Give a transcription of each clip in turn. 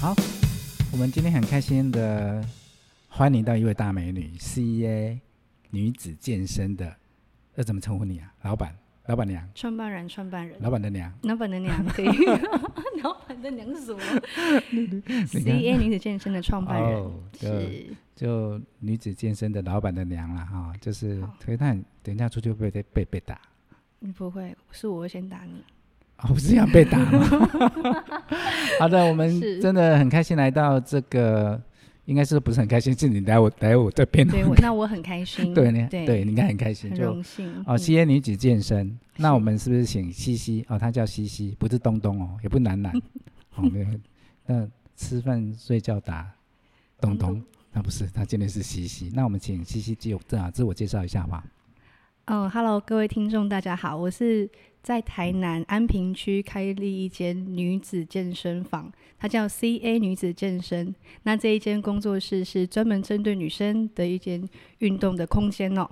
好，我们今天很开心的欢迎到一位大美女，CEA 女子健身的，要怎么称呼你啊？老板，老板娘，创办人，创办人，老板的娘。老板的娘 对， 老板的娘是什么？CA 女子健身的创办人哦对是就女子健身的老板的娘了哈、就是好推断等一下出去会被被被打，你不会，是我会先打 你。哦，不是要被打吗？ 好的，我们是真的很开心来到这个，应该是不是很开心？是你来我来我这边，对，我那我很开心。 对你对对，你应该很开心很就。荣幸。哦，嗯西安女子健身，那是我们是不是请西西？哦，她叫西西，不是东东哦，也不是楠楠，哦，没有。那吃饭睡觉打东东东，那不是，她今天是西西。那我们请西西自由自啊自我介绍一下吧。哦，Hello，各位听众，大家好，我是在台南安平区开立一间女子健身房，它叫 CA 女子健身。那这一间工作室是专门针对女生的一间运动的空间哦。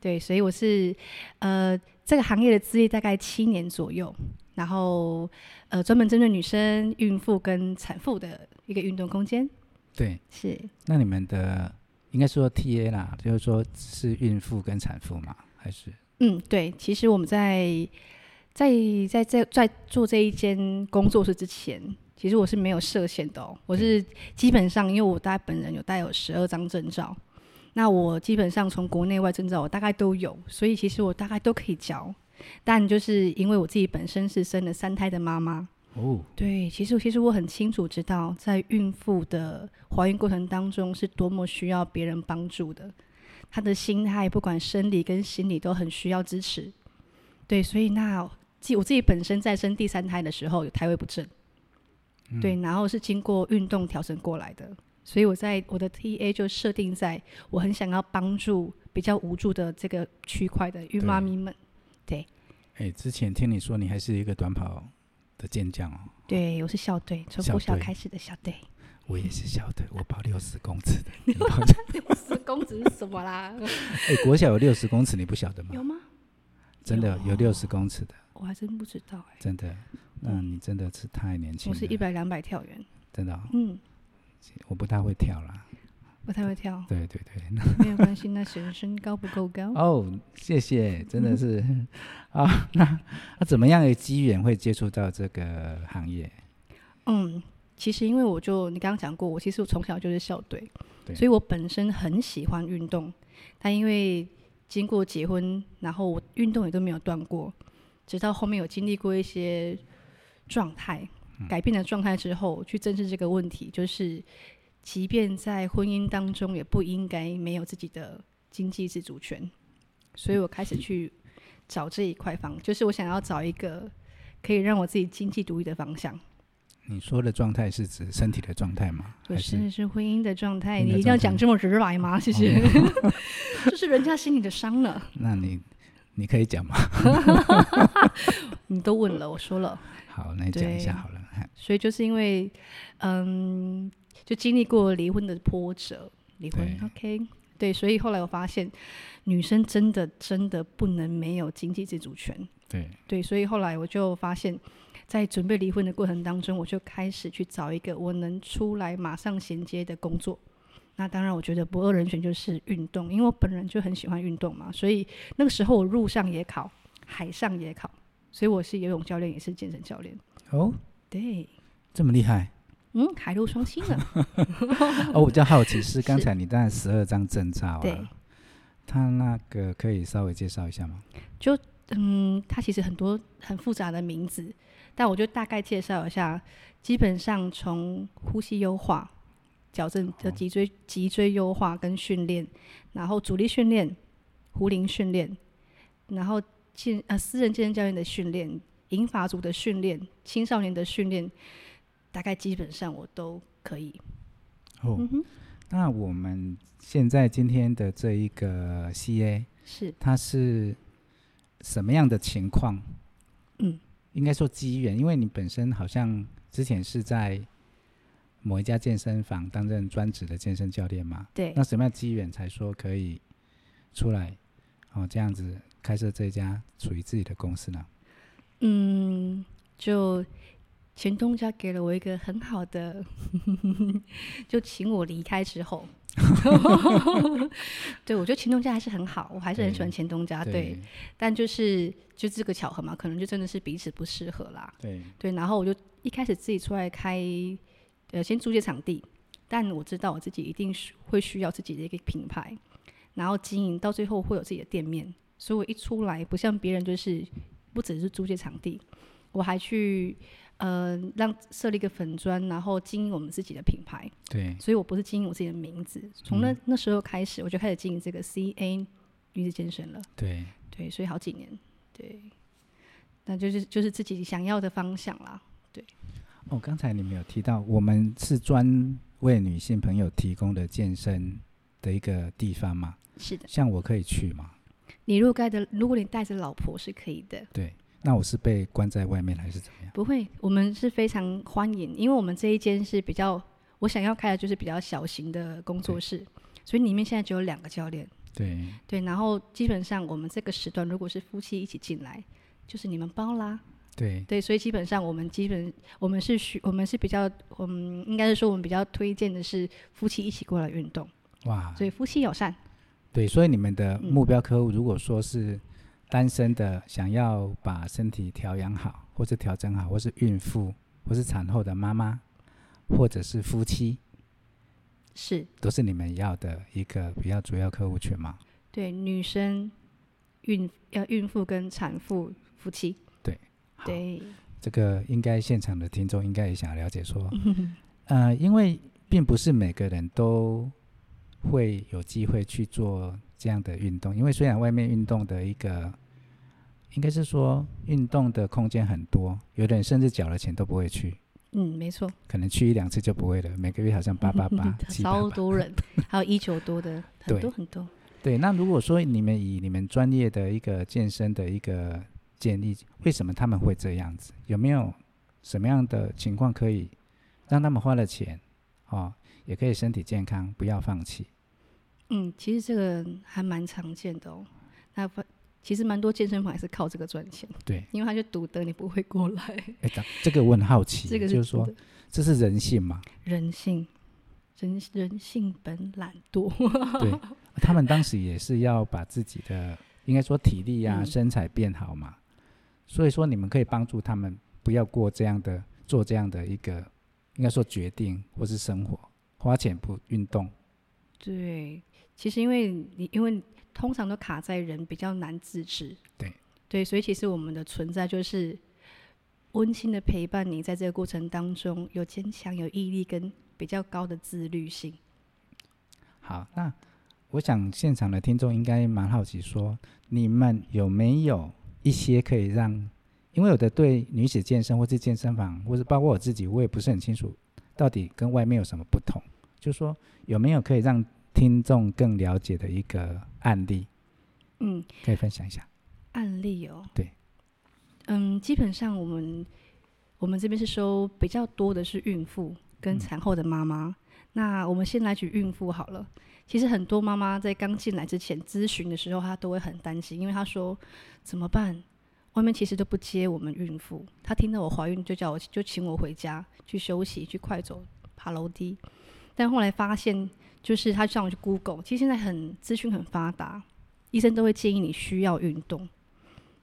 对，所以我是呃这个行业的资历大概七年左右，然后呃专门针对女生、孕妇跟产妇的一个运动空间。对，是那你们的应该说 TA 啦，就是说是孕妇跟产妇嘛，还是嗯，对，其实我们在在在在在做这一间工作室之前，其实我是没有设限的哦。我是基本上，因为我大概本人有带有十二张证照，那我基本上从国内外证照我大概都有，所以其实我大概都可以教。但就是因为我自己本身是生了三胎的妈妈，哦，对，其实其实我很清楚知道，在孕妇的怀孕过程当中是多么需要别人帮助的，她的心态不管生理跟心理都很需要支持。对，所以那自我自己本身在生第三胎的时候有胎位不正，嗯对，然后是经过运动调整过来的，所以我在我的 TA 就设定在我很想要帮助比较无助的这个区块的孕妈对咪们。哎，之前听你说你还是一个短跑的健将哦，对，我是校队，从校国小队开始的校队。我也是小的，我跑六十公 尺的，你跑六十公尺 是什么啦？哎，国小有六十公尺，你不晓得吗？有吗？真的有有六十公尺的，我还真不知道哎、真的。那你真的是太年轻我了。是一百两百跳远，真的哦、嗯，我不太会跳啦。，不太会 跳对对对，那没有关系，那身身高不够 高。哦，谢谢，真的是 啊。那那怎么样的机缘会接触到这个行业？嗯，其实因为我就你刚刚讲过，我其实我从小就是校队，对所以我本身很喜欢运动，但因为经过结婚，然后我运动也都没有断过，直到后面有经历过一些状态，改变了状态之后，去正视这个问题，就是即便在婚姻当中，也不应该没有自己的经济自主权，所以我开始去找这一块方，就是我想要找一个可以让我自己经济独立的方向。你说的状态是指身体的状态吗？不还是，是婚姻的状态，婚姻你的一定要状态哦讲这么直白吗？谢谢， 这是人家心里的伤了。那你你可以讲吗？ 你都问了，我说了，好，那你讲一下对好了。嗨所以就是因为，嗯，就经历过离婚的波折，离婚对，OK，对，所以后来我发现，女生真的真的不能没有经济自主权，对，对，所以后来我就发现，在准备离婚的过程当中，我就开始去找一个我能出来马上衔接的工作。那当然，我觉得不二人选就是运动，因为我本人就很喜欢运动嘛，所以那个时候我陆上也考，海上也考，所以我是游泳教练，也是健身教练。哦，对，这么厉害嗯，海陆双栖呢。哦！我比较好奇是刚是才你当然十二张证照啊，对，他那个可以稍微介绍一下吗？嗯，它其实很多很复杂的名字，但我就大概介绍一下。基本上从呼吸优化、矫正的脊椎脊椎优化跟训练，然后主力训练、壶铃训练，然后健呃私人健身教练的训练、银发族的训练、青少年的训练，大概基本上我都可以。哦，嗯哼，那我们现在今天的这一个 CA，是它是什么样的情况？嗯，应该说机缘，因为你本身好像之前是在某一家健身房担任专职的健身教练嘛，对那。什么样的机缘才说可以出来哦这样子开设这家属于自己的公司呢？嗯，就前东家给了我一个很好的， 就请我离开之 后，对我觉得前东家还是很好，我还是很喜欢前东家，啊对，对但就是就这个巧合嘛，可能就真的是彼此不适合啦。对对，然后我就一开始自己出来开，呃，先租借场地，但我知道我自己一定是会需要自己的一个品牌，然后经营到最后会有自己的店面，所以我一出来不像别人，就是不只是租借场地，我还去呃让设立一个粉砖，然后经营我们自己的品牌，对所以我不是经营我自己的名字，从那、那时候开始我就开始经营这个 CA 女子健身了。对，对，所以好几年，对，那就是就是自己想要的方向啦。哦，刚才你们有提到，我们是专为女性朋友提供的健身的一个地方嘛？是的，像我可以去吗？你如果带着，如果你带着老婆是可以的，对，那我是被关在外面还是怎么样？不会，我们是非常欢迎，因为我们这一间是比较，我想要开的就是比较小型的工作对室，所以里面现在只有两个教练，对，对，然后基本上我们这个时段如果是夫妻一起进来，就是你们包啦，对，对，所以基本上我们基本我们是需我们是比较，我们应该是说我们比较推荐的是夫妻一起过来运动，哇，所以夫妻友善。对，所以你们的嗯目标客户如果说是单身的，想要把身体调养好，或是调整好，或是孕妇，或是产后的妈妈，或者是夫妻，是都是你们要的一个比较主要客户群嘛？对女生、孕呃孕妇跟产妇、夫妻，好对这个应该现场的听众应该也想了解说，呃，因为并不是每个人都会有机会去做这样的运动，因为虽然外面运动的一个，应该是说运动的空间很多，有的人甚至缴了钱都不会去，嗯，没错，、可能去一两次就不会了，每个月好像八八八 七八超八。多人，还有一九多的，很对多很多。对，那如果说你们以你们专业的一个健身的一个建议，为什么他们会这样子？有没有什么样的情况可以让他们花了钱，哦，也可以身体健康，不要放弃？嗯，其实这个还蛮常见的哦。那不其实蛮多健身房也是靠这个赚钱，对，因为他就赌得你不会过来，哎，咱这个我很好奇，这个就是是说赌的这是人性嘛？人性，人人性本懒惰。 对，他们当时也是要把自己的应该说体力啊、嗯身材变好嘛，所以说你们可以帮助他们不要过这样的做这样的一个应该说决定或是生活，花钱不运动，对，其实因为你因为通常都卡在人比较难自制，对对，所以其实我们的存在就是温馨的陪伴你，在这个过程当中有坚强、有毅力跟比较高的自律性。好，那我想现场的听众应该蛮好奇说，你们有没有一些可以让，因为有的对女子健身或是健身房，或是包括我自己，我也不是很清楚到底跟外面有什么不同，就说有没有可以让听众更了解的一个案例，嗯，可以分享一下？案例哦，对，嗯，基本上我们我们这边是收比较多的是孕妇跟产后的妈妈。那我们先来举孕妇好了。其实很多妈妈在刚进来之前咨询的时候，她都会很担心，因为她说怎么办？外面其实都不接我们孕妇，她听到我怀孕就叫我就请我回家去休息，去快走爬楼梯。但后来发现，就是她上网去 Google，其实现在很资讯很发达，医生都会建议你需要运动。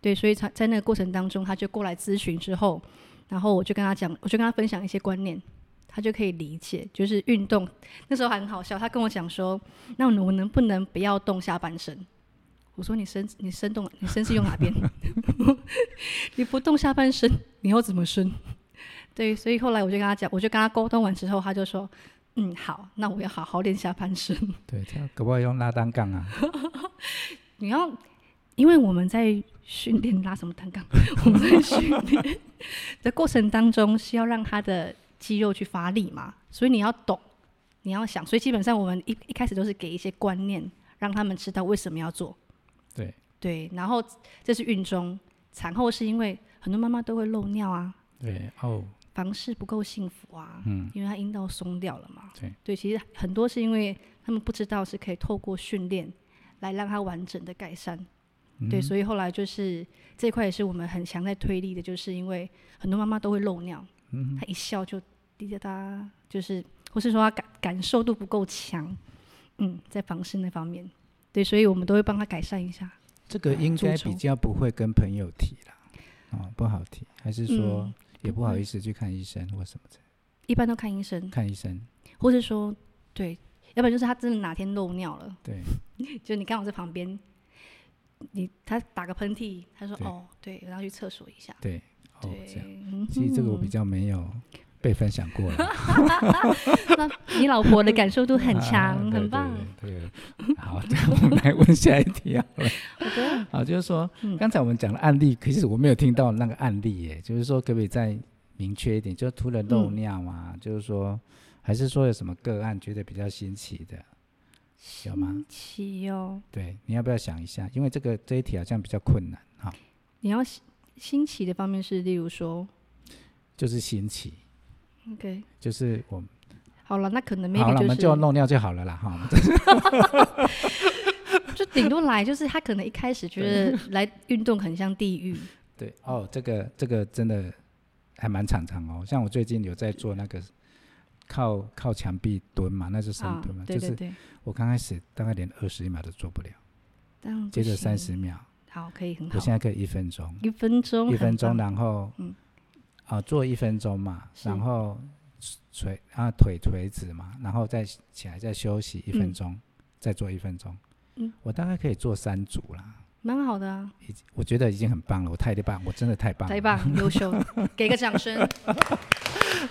对，所以他在那个过程当中，他就过来咨询之后，然后我就跟他讲，我就跟他分享一些观念，他就可以理解，就是运动。那时候还很好笑，他跟我讲说：“那我能不能不要动下半身？”我说：“你身你身动你身是用哪边？ 你不动下半身，你要怎么伸？”对，所以后来我就跟他讲，我就跟他沟通完之后，他就说：“嗯，好，那我要好好练下半身。”对，这样搞不好用拉单杠啊，你要，因为我们在训练拉什么单杠， 我们在训练的过程当中是要让他的肌肉去发力嘛，所以你要懂，你要想，所以基本上我们一一开始都是给一些观念，让他们知道为什么要做。对对，然后这是孕中，产后是因为很多妈妈都会漏尿啊，对哦，房事不够幸福啊，嗯，因为她阴道松掉了嘛。对，其实很多是因为他们不知道是可以透过训练来让它完整的改善。嗯对，所以后来就是这一块也是我们很强在推力的，就是因为很多妈妈都会漏尿，嗯他一笑就滴答答，就是或是说他感感受度不够强，嗯，在房事那方面，对，所以我们都会帮他改善一下。这个应该比较不会跟朋友提啦，哦，不好提，还是说嗯也不不好会意思去看医生或什么的，一般都看医生，看医生，或是说对，要不然就是他真的哪天漏尿了，对，就你刚好在旁边，你他打个喷嚏，他说对哦对，然后去厕所一下，对，哦，对这样，，嗯其实这个我比哼较没有被分享过了， 那你老婆的感受度 很啊强，对很棒。对对对，好， 这样我们来问下一题好了。 我觉得好，就是说嗯刚才我们讲的案例，可是我没有听到那个案例耶，就是说可不可以再明确一点？就除了漏嗯尿啊，就是说还是说有什么个案觉得比较新奇的，有吗？奇哦，对，你要不要想一下？因为这个这一题好像比较困难哈、你要新新奇的方面是，例如说就是新奇， ，OK，就是我们好了，那可能好 maybe 了，我们就是漏尿就好了啦哈。我们就顶多来，就是他可能一开始觉 得哎来运动很像地狱，对哦，这个这个真的还蛮常常哦。像我最近有在做那个靠靠墙壁蹲嘛，那是深啊蹲嘛，，对就对是对，我刚开始大概连二十秒都做不了，这样接着三不行，十秒，好，可以很好我，现在可以一分钟，一分钟，一分钟，很棒，然后嗯啊、做一分钟嘛，是然后垂啊腿垂直嘛，然后再起来再休息一分嗯钟，再做一分钟，嗯我大概可以做三组啦。蛮好的啊，已经我觉得已经很棒了，我太棒，我真的太棒了，太 棒，优秀，给个掌声，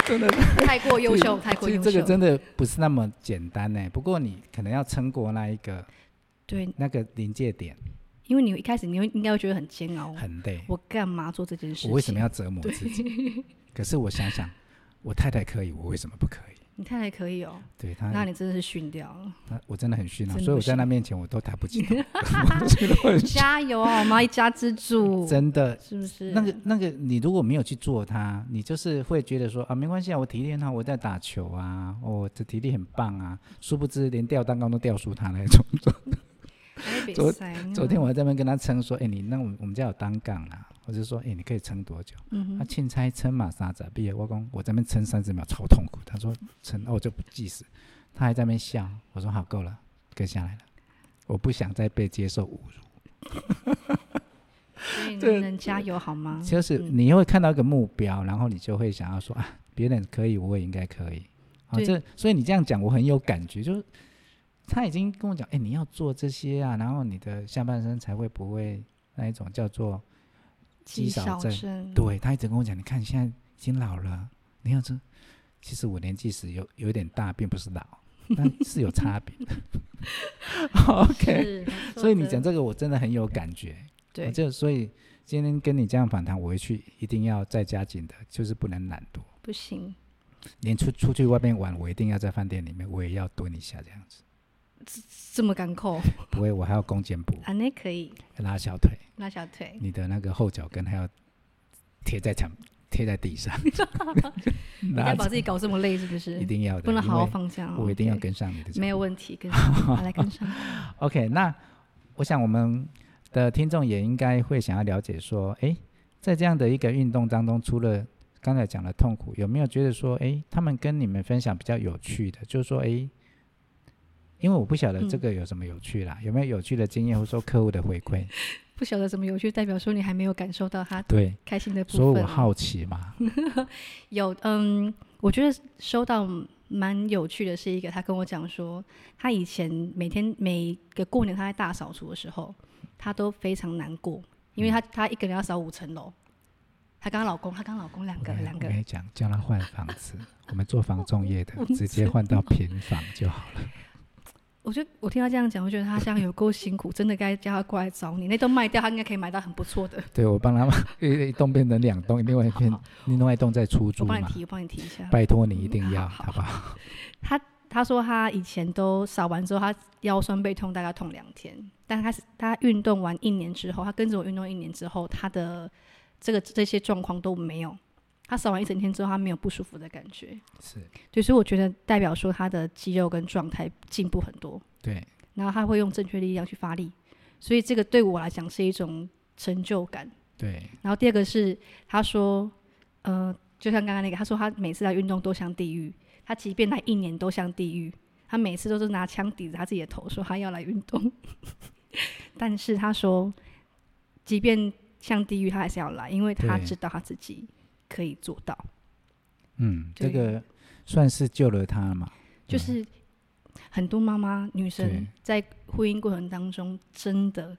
真的太过优秀，太过其实优这个秀，真的不是那么简单呢。不过你可能要撑过那一个对，那个临界点，因为你一开始你会应该会觉得很煎熬，很累。我干嘛做这件事情？我为什么要折磨自己？ 可是我想想，我太太可以，我为什么不可以？你太太可以哦，对她，那你真的是训掉了， 她我真的很虚脑，真的所以我不在行她面前我都抬不起 头，我觉得我很虚加油哦好吗？一家之主，真的。是不是？那个那个，你如果没有去做它，你就是会觉得说啊，没关系啊，我体力很好，我在打球啊，我、这体力很棒啊。殊不知连吊蛋糕都吊输他那种。哎昨别塞昨天我还在那边跟他称说，哎、你那我们我们家有单杠啦，我就说，哎、你可以撑多久？嗯他哼，钦差撑嘛三十毕业，我讲我在那边撑三十秒超痛苦，他说撑，哦我就不计时，他还在那边笑，我说好够了，跟下来了，我不想再被接受侮辱。所以这哎你能加油好吗？就是嗯你会看到一个目标，然后你就会想要说啊，别人可以，我也应该可以。啊，对这所以你这样讲，我很有感觉，就是他已经跟我讲，哎，你要做这些啊，然后你的下半身才会不会那一种叫做肌少症。症，对他一直跟我讲，你看你现在已经老了，你要这，其实我年纪是有有一点大，并不是老， 但是有差别的。OK，是，没错所以你的讲这个我真的很有感觉。我对，就所以今天跟你这样访谈，我回去一定要再加紧的，就是不能懒惰。不行，连出出去外面玩，我一定要在饭店里面，我也要蹲一下这样子，这么敢扣，不会我还要弓肩 部、啊，那可以拉小腿，拉小腿，你的那个后脚跟还要贴在墙贴在地 上，不拉要着把自己搞这么累，是不一是？定要的，不能好好因为放假哦，我一定要对跟上你的脚步。没有问题，跟上，好来跟上， OK，那我想我们的听众也应该会想要了解说，诶，在这样的一个运动当中，除了刚才讲的痛苦，有没有觉得说，诶，他们跟你们分享比较有趣的，就是说，诶，因为我不晓得这嗯个有什么有趣啦，有没有有趣的经验，或者说客户的回馈？不晓得怎么有趣，代表说你还没有感受到他对，开心的部所以分我哦。好奇嘛，有，嗯，我觉得收到蛮有趣的是一个，他跟我讲说，他以前每天每个过年他在大扫除的时候，他都非常难过，因为他他一个人要扫五层楼，她跟她老公，她跟她老公两我个跟两我个跟，你讲，叫他换房子，我们做 房仲业的，直接换到平房就好了。我觉得我听他这样讲，我觉得他这样有够辛苦，真的该叫他过来找你，那栋卖掉，他应该可以买到很不错的。对，我帮他 们一一栋变成两栋，另外一片另外一栋再出我租帮你嘛。提，我帮你提一下。拜托你一定嗯要，好好不好？他他说他以前都扫完之后，他腰酸背痛，大概痛两天。但他是他运动完一年之后，他跟着我运动一年之后，他的这个这些状况都没有。他扫完一整天之后，他没有不舒服的感觉。是对，所以我觉得代表说他的肌肉跟状态进步很多，对，然后他会用正确力量去发力，所以这个对我来讲是一种成就感。对，然后第二个是他说，呃，就像刚刚那个，他说他每次来运动都像地狱，他即便来一年都像地狱，他每次都是拿枪抵着他自己的头说他要来运动， 但是他说，即便像地狱，他还是要来，因为他对知道他自己可以做到，嗯，这对个算是救了他了嘛。就是。很多妈妈女生对在婚姻过程当中，真的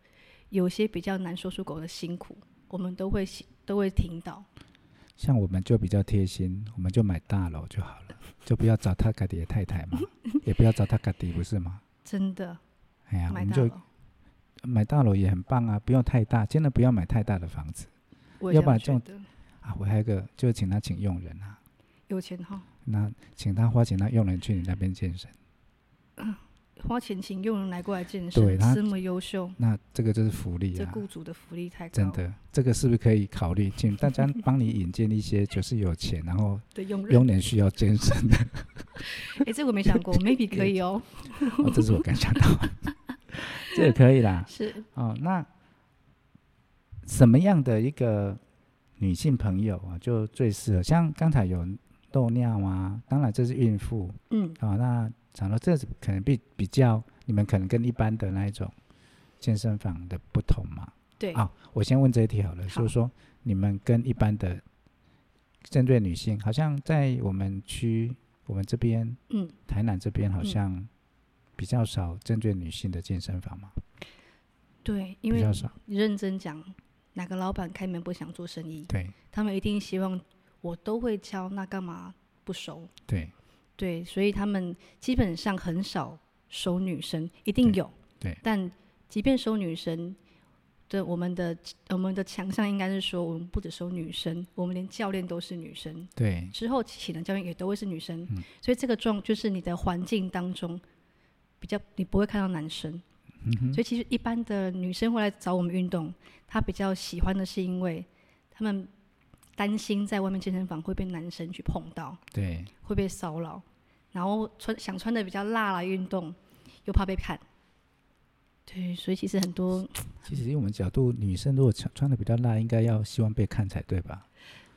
有些比较难说出口的辛苦，我们都会都会听到。像我们就比较贴心，我们就买大楼就好 了，就不要找他家里的太太嘛，也不要找他家底，不是吗？真的，哎呀，我买们到就了，买大楼也很棒啊，不用太大，真的不要买太大的房子我也要不然这样觉得啊。我还有一个，就请他请佣人啊，有钱哈，那请他花钱让佣人去你那边健身，花钱请佣人来过来健对身，他这么优秀，那这个就是福利这啊。雇主的福利太高，真的，这个是不是可以考虑，请大家帮你引荐一些就是有钱，然后的佣人，佣人需要健身的？哎，这个我 没想过，maybe 可以哦，哦，这是我刚想到的，这也可以啦。是哦，那什么样的一个女性朋友啊，就最适合？像刚才有漏尿啊，当然这是孕妇嗯，啊、哦。那讲到这是可能比比较，你们可能跟一般的那一种健身房的不同嘛。对，啊、我先问这一题好了，好就是说你们跟一般的针对女性，好像在我们区，我们这边嗯，台南这边好嗯像比较少针对女性的健身房嘛，对，因比为较少，认真讲，哪个老板开门不想做生意，对他们一定希望我都会教，那干嘛不熟？对对，所以他们基本上很少收女生，一定对有，对但即便收女生，对我们的我们的强项应该是说，我们不只收女生，我们连教练都是女生，对，之后请的教练也都会是女生，嗯所以这个状就是你的环境当中比较你不会看到男生，嗯哼。所以其实一般的女生会来找我们运动，她比较喜欢的是因为她们担心在外面健身房会被男生去碰到。对，会被骚扰，然后穿想穿的比较辣来运动，又怕被看。对，所以其实很多其实以我们角度，女生如果穿穿的比较辣，应该要希望被看才对吧？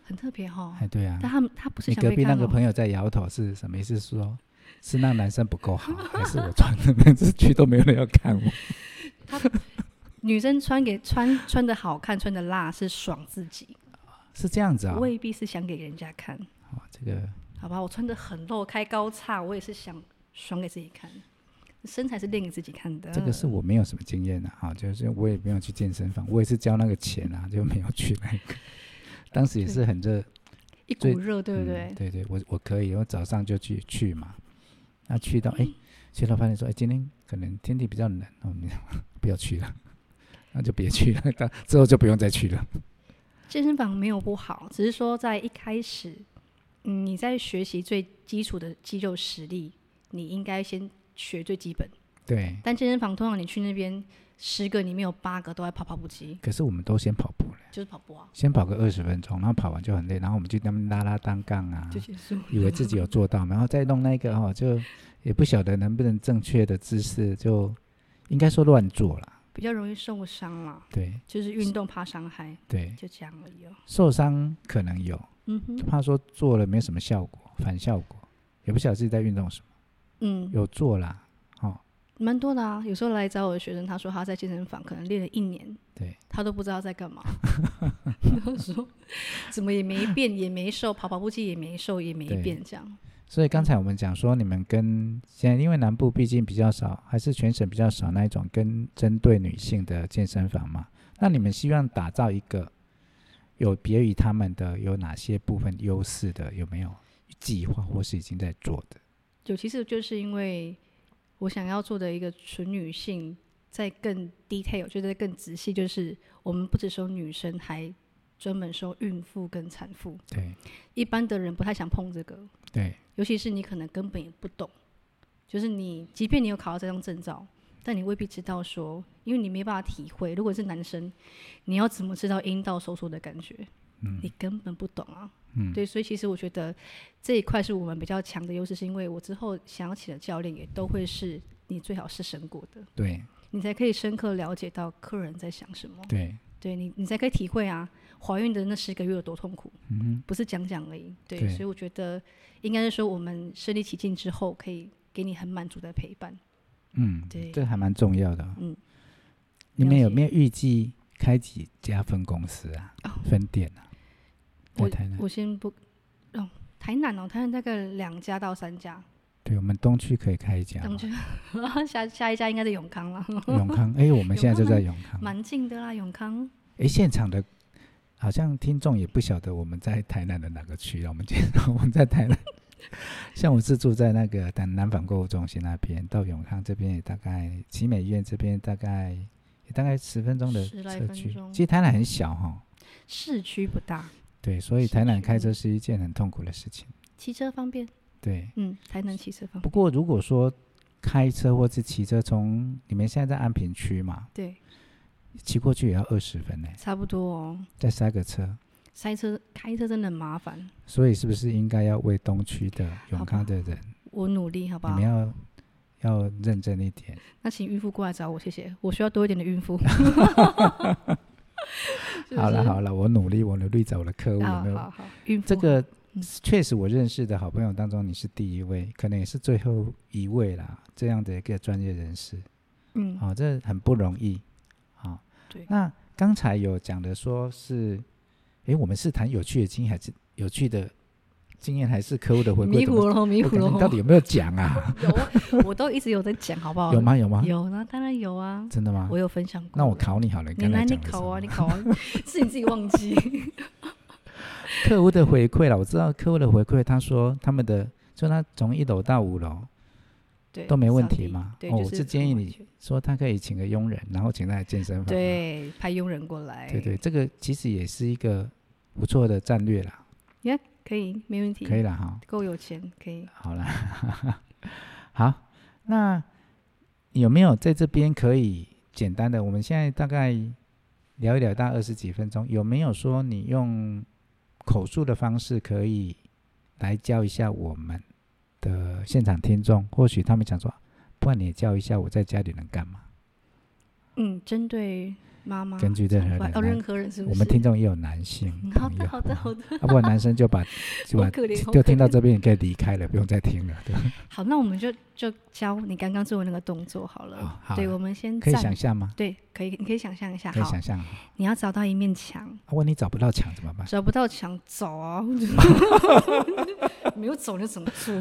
很特别哈、哎，对啊但。他们他不是你想隔被壁那看个哦，朋友在摇头是什么意思？是说，是那男生不够 好，还是我穿的那只去都没有人要看我？女生穿给穿穿的好看，穿的辣是爽自己，是这样子啊、未必是想给人家看，哦这个好吧？我穿的很露，开高叉，我也是想爽给自己看，身材是练给自己看的。这个是我没有什么经验的、啊，就是我也没有去健身房，我也是交那个钱啊， 就没有去那 个。当时也是很热，一最股热，对不对嗯？对对，我我可以，我早上就去去嘛。那去到哎，去到发现说，哎，今天可能天气比较冷，哦，你 不要去了， 那就别去了， 到之后就不用再去了。健身房没有不好，只是说在一开始，嗯，你在学习最基础的肌肉实力，你应该先学最基本。对，但健身房通常你去那边，十个里面有八个都在跑跑步机，可是我们都先跑步了，就是跑步啊，先跑个二十分钟，然后跑完就很累，然后我们就那边拉拉单杠啊就，结束。 以为自己有做到，然后再弄那个哦，就也不晓得能不能正确的姿势，就应该说乱做啦。比较容易受伤啦，对就是运动怕伤害，对，就这样而已哦。受伤可能有，嗯哼，怕说做了没什么效果，反效果，也不晓得自己在运动什么。嗯，有做啦，哦，蛮多的啊。有时候来找我的学生，他说他在健身房可能练了一年，对，他都不知道 在干嘛。然后说怎么也没变，也没瘦，跑跑步机也没瘦，也没对变，这样所以刚嗯才我们讲说，你们跟现在因为南部毕竟比较少，还是全省比较少那一种跟针对女性的健身房嘛，那你们希望打造一个有别于他们的有哪些部分优势的，有没有计划或是已经在做的？就其实就是因为我想要做的一个纯女性，在更 detail，就是更仔细，就是我们不只收女生，还专门收孕妇跟产妇。对一般的人不太想碰这个，对尤其是你可能根本也不懂，就是你即便你有考到这张证照，但你未必知道说，因为你没办法体会。如果是男生，你要怎么知道阴道收缩的感觉？你根本不懂啊。嗯对，所以其实我觉得这一块是我们比较强的优势，是因为我之后想要请的教练也都会是你最好是神过的，对你才可以深刻了解到客人在想什么。对，对你，你才可以体会啊，怀孕的那十个月有多痛苦，嗯哼，不是讲讲而已。对，对所以我觉得应该是说，我们身临其境之后，可以给你很满足的陪伴。嗯，对这还蛮重要的。嗯，你们了有解没有预计开几家分公司啊？哦分店啊？在我台南，我先不，哦，台南哦，台南大概两家到三家，对我们东区可以开一家等嘛，着 下下一家应该是永康了，永康。哎，我们现在就在永康。嗯蛮近的啦，永康。哎，现场的，好像听众也不晓得我们在台南的哪个区啊。我们今天我们在台 南，像我是住在那个南南纺购物中心那边，到永康这边也大概，奇美医院这边大概也大概十分钟的10来社分区。钟其实台南很小哈、哦，市区不大，对，所以市台南区开车是一件很痛苦的事情。骑车方便。对，嗯，台南骑车方不便。过如果说开车或是骑车从你们现在在安平区嘛，对，骑过去也要二十分呢，差不多哦。再塞个车，塞车开车真的很麻烦，所以是不是应该要为东区的永好康吧的人，我努力好不你好们？要要认真一点？那请孕妇过来找我，谢谢。我需要多一点的孕妇。是不好了是好了，我努力，我努力找我的客户 有好没有？好好，孕妇这个嗯确实，我认识的好朋友当中，你是第一位，可能也是最后一位啦，这样的一个专业人士。嗯，好、这很不容易。好、对那刚才有讲的说是，诶，我们是谈有趣的经验，还是有趣的经验，还是客户的回迷馈？糊我了，迷糊感觉你到了。底有没有讲啊？ 有，我都一直有在讲，好不好？有？吗？有吗？哦有呢，当然有啊，真的吗我？有分享过。那我，考你好了，你你刚才来，你讲的考啊，什你么考啊， 是你自己 忘记。客户的回馈了，我知道客户的回馈，他说他们的就他从一楼到五楼对，都没问扫题地吗对，哦就我是很建议完你全说他可以请个佣人，然后请他来健身房。，对派佣人过来。对对，，这个其实也是一个不错的战略啦，可以，没问题。可以了哈。够有钱，可以。好了， 好，那有没有在这边可以简单的？我们现在大概聊一聊，大概二十几分钟，有没有说你用口述的方式可以来教一下我们的现场听众？或许他们想说，不然你也教一下我在家里能干嘛？嗯，针对妈妈，根据任何不然人哦，来任何人是不啊是？我们听众也有男 性嗯好朋友，的，好的，好啊，的，不然男生就把就把好可怜好就可听到怜这边，你可以离开了，不用再听了，对吧？好，那我们就就教你刚刚做的那个动作好了。哦好对，啊我们先可以站想象吗？对，可以，你可以想象一下，可以好想，象啊。你要找到一面墙，啊，万一找不到墙怎 么办？找不到墙走啊， 没有走就怎么 做？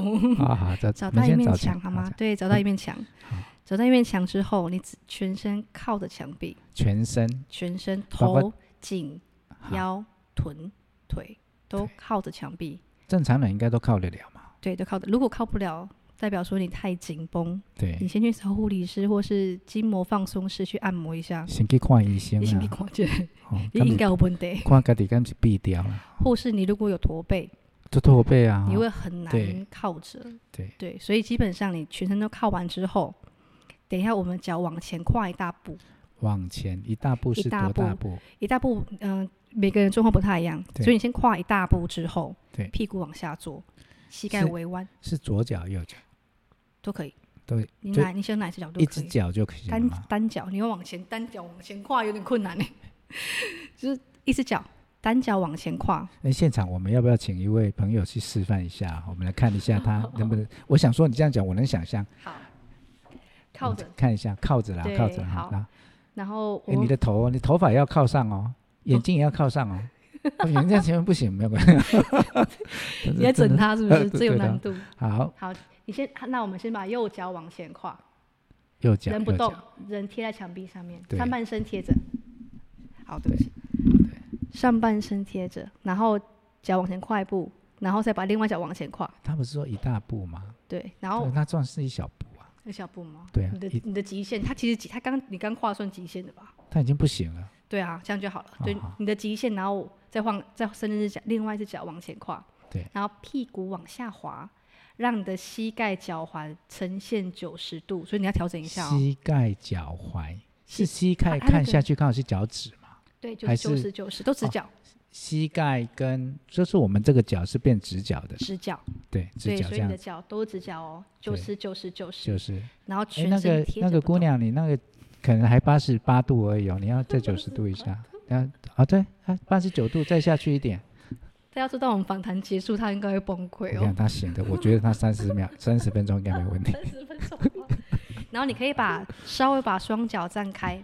啊，好，找找我们到一先面找墙好吗？墙对，找到一面墙好，找到一面墙之后，你只全身靠着墙壁，全身全身包括头、颈、好腰、臀、腿都对靠着墙壁。正常人应该都靠得了嘛？对，都靠的。如果靠不了，代表说你太紧绷，你对，先去找护理师或是筋膜放松师去按摩一下。先去看医生你先去啊，看一下，哦，你敢应是该有问题。看家己敢是闭掉了，或是你如果有驼背，就驼背啊，你哦会很对难靠着。对对，所以基本上你全身都靠完之后，等一下我们脚往前跨一大步，往前一大步一是大多大步步？一大步，嗯、每个人状况不太一样，对所以你先跨一大步之后对，屁股往下坐，膝盖是微弯是左脚右脚，都可以。都你就哪你选哪只脚都一可只以。脚就可以了单嘛？单脚，你要往前单脚往前跨有点困难呢， 就是一只脚单脚往前跨，那现场我们要不要请一位朋友去示范一下？啊我们来看一下 他能不能？我想说你这样讲，我能想象，好，靠着，看一下，靠着啦，对靠着啦好。然后然后哎，你我的头，你头发也要靠上哦，眼睛也要靠 上哦。哦眼睛在前面不行，没有关系。 真的你在整真的它是不是？ 对这有对的难度。好，好，你先，那我们先把右脚往前跨，右脚，人不右脚动，人贴在墙壁上面，对上半身贴着。好，对不起，上半身贴着，然后脚往前跨一步，然后再把另外脚往前跨，他不是说一大步吗？对，然对后他算是一小步啊，有小步吗？对啊你的一你的极限，它其实极，它刚你刚跨算极限的吧？他已经不行了。对啊，这样就好了。对好好，你的极限，然后再换，再伸一只脚，另外一只脚往前跨，对，然后屁股往下滑，让你的膝盖、脚踝呈现九十度，所以你要调整一下哦。膝盖、脚踝是膝膝盖啊那看个下去，刚好是脚趾嘛。对，就还是是哦九十九十都直角，膝盖跟就是我们这个脚是变直角的，直角，对，直对，角所这以你样的，脚都是直角哦，对九十九十九就十，是。然后哎，全那身个贴那着个不姑动， 娘，你那个可能还八十八度而已哦，你要再九十度以下。然后啊对啊，八十九度再下去一点，大家知道我们访谈结束，他应该会崩溃你哦看。他行的，我觉得他三十秒、三十分钟应该没问题。三十分钟吗。然后你可以把 稍微把双脚站开，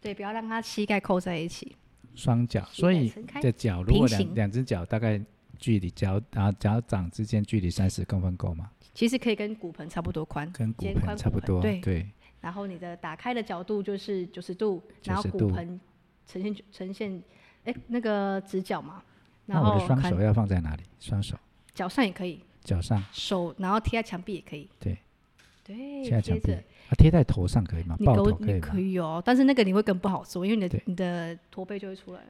对，不要让它膝盖扣在一起。双脚，膝盖所以撑开这脚如果平两行两只脚大概距离脚啊脚掌之间距离三十公分够吗？其实可以跟骨盆差不多宽，跟骨肩盆宽差不多，对。对，然后你的打开的角度就是九十度， 90然后度骨盆呈现呈现，哎，那个直角嘛。然那我后的双看手要放在哪里？双手脚上也可以，脚上手然后贴在墙壁也可以。对，对，贴在墙接壁，着啊贴在头上可以吗？你抱勾头可以你吗可？以哦，但是那个你会更不好做，因为你的对你的驼背就会出来了。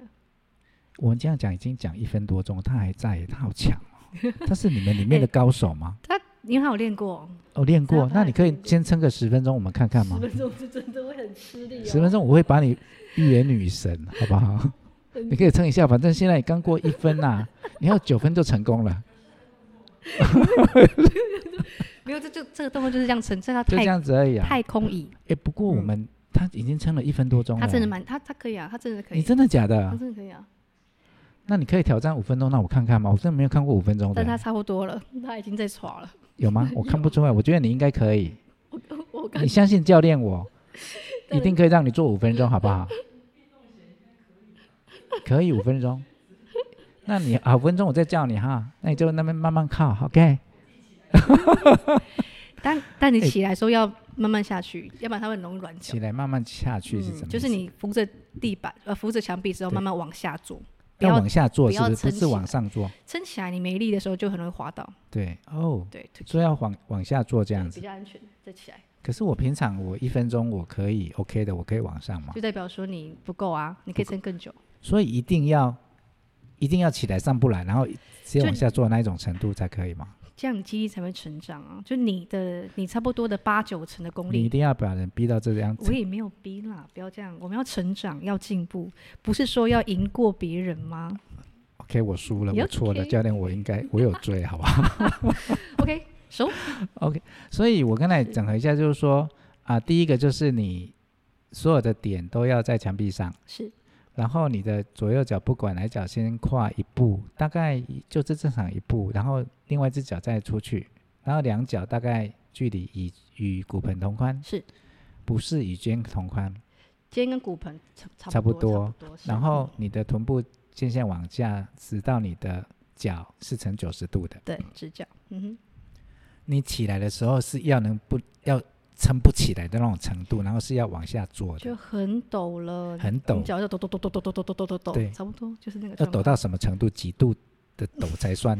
我们这样讲已经讲一分多钟，他还在，他好强 哦！他是你们里面的高手吗？他因为他有练过，哦，练过哎他，那你可以他先撑个十分钟，我们看看吗十？分钟是真的会很吃力哦。十分钟我会把你预言女神，好不 好？嗯你可以撑一下，反正现在刚过一分啦、 你还有九分就成功了，没有，这就这个动作就是这样撑，这叫就这太样子而已啊。太空椅，哎，不过我嗯们他已经撑了一分多钟了，他真的，蛮他他可以啊，他真的可以，你真的假他的？真的可以啊，那你可以挑战五分钟，让我看看吗？我真的没有看过五分钟的但，他差不多了，他已经在耍 了。有 吗？我看不出来，我觉得你应该可以，我我我刚你相信教练我， 当一定可以让你做五分钟，好不 好？可以五分钟，那你啊五分钟我再叫你哈，那你就那边慢慢靠，OK？但但你哎起来的时候要慢慢下去，要不然他会很容易软脚嗯起。来慢慢下去是怎么意思？就是你扶着地板呃扶着墙壁之后对慢慢往下坐，不要要往下做，不是要不是？撑不起是往来上做，撑起来，你没力的时候就很容易滑倒。对哦，对，这所以要往往下做这样子比。较安全，再起来可是我平常我一分钟我可以 OK 的，我可以往上嘛，就代表说你不够啊，你可以撑更久。所以一定要一定要起来上不来，然后直接就往下做那一种程度才可以嘛。这样你肌力才会成长啊！就你的，你差不多的八九成的功你一力，定要把人逼到这样我子，也没有逼啦，不要这样，我们要成长，要进步，不是说要赢过别人吗 OK，我输了，你我 OK 错了，教练，我应该我有追，好不好？OK，手？OK，所以我刚才整合一下，就是说啊，第一个就是你所有的点都要在墙壁上。是然后你的左右脚不管哪一脚先跨一步，大概就这正常一步，然后另外一只脚再出去，然后两脚大概距离与与骨盆同宽，是，不是与肩同宽。肩跟骨盆差差差不不多多，差不多是然后你的臀部渐渐往下，直到你的脚是呈九十度的。对指甲，嗯哼，你起来的时候是要能不要撑不起来的那种程度，然后是要往下坐就的，很抖了，很你抖，脚就抖抖抖抖抖抖抖抖抖抖抖，对差不多就是那个要状抖态，到什么程度？几度的抖才 算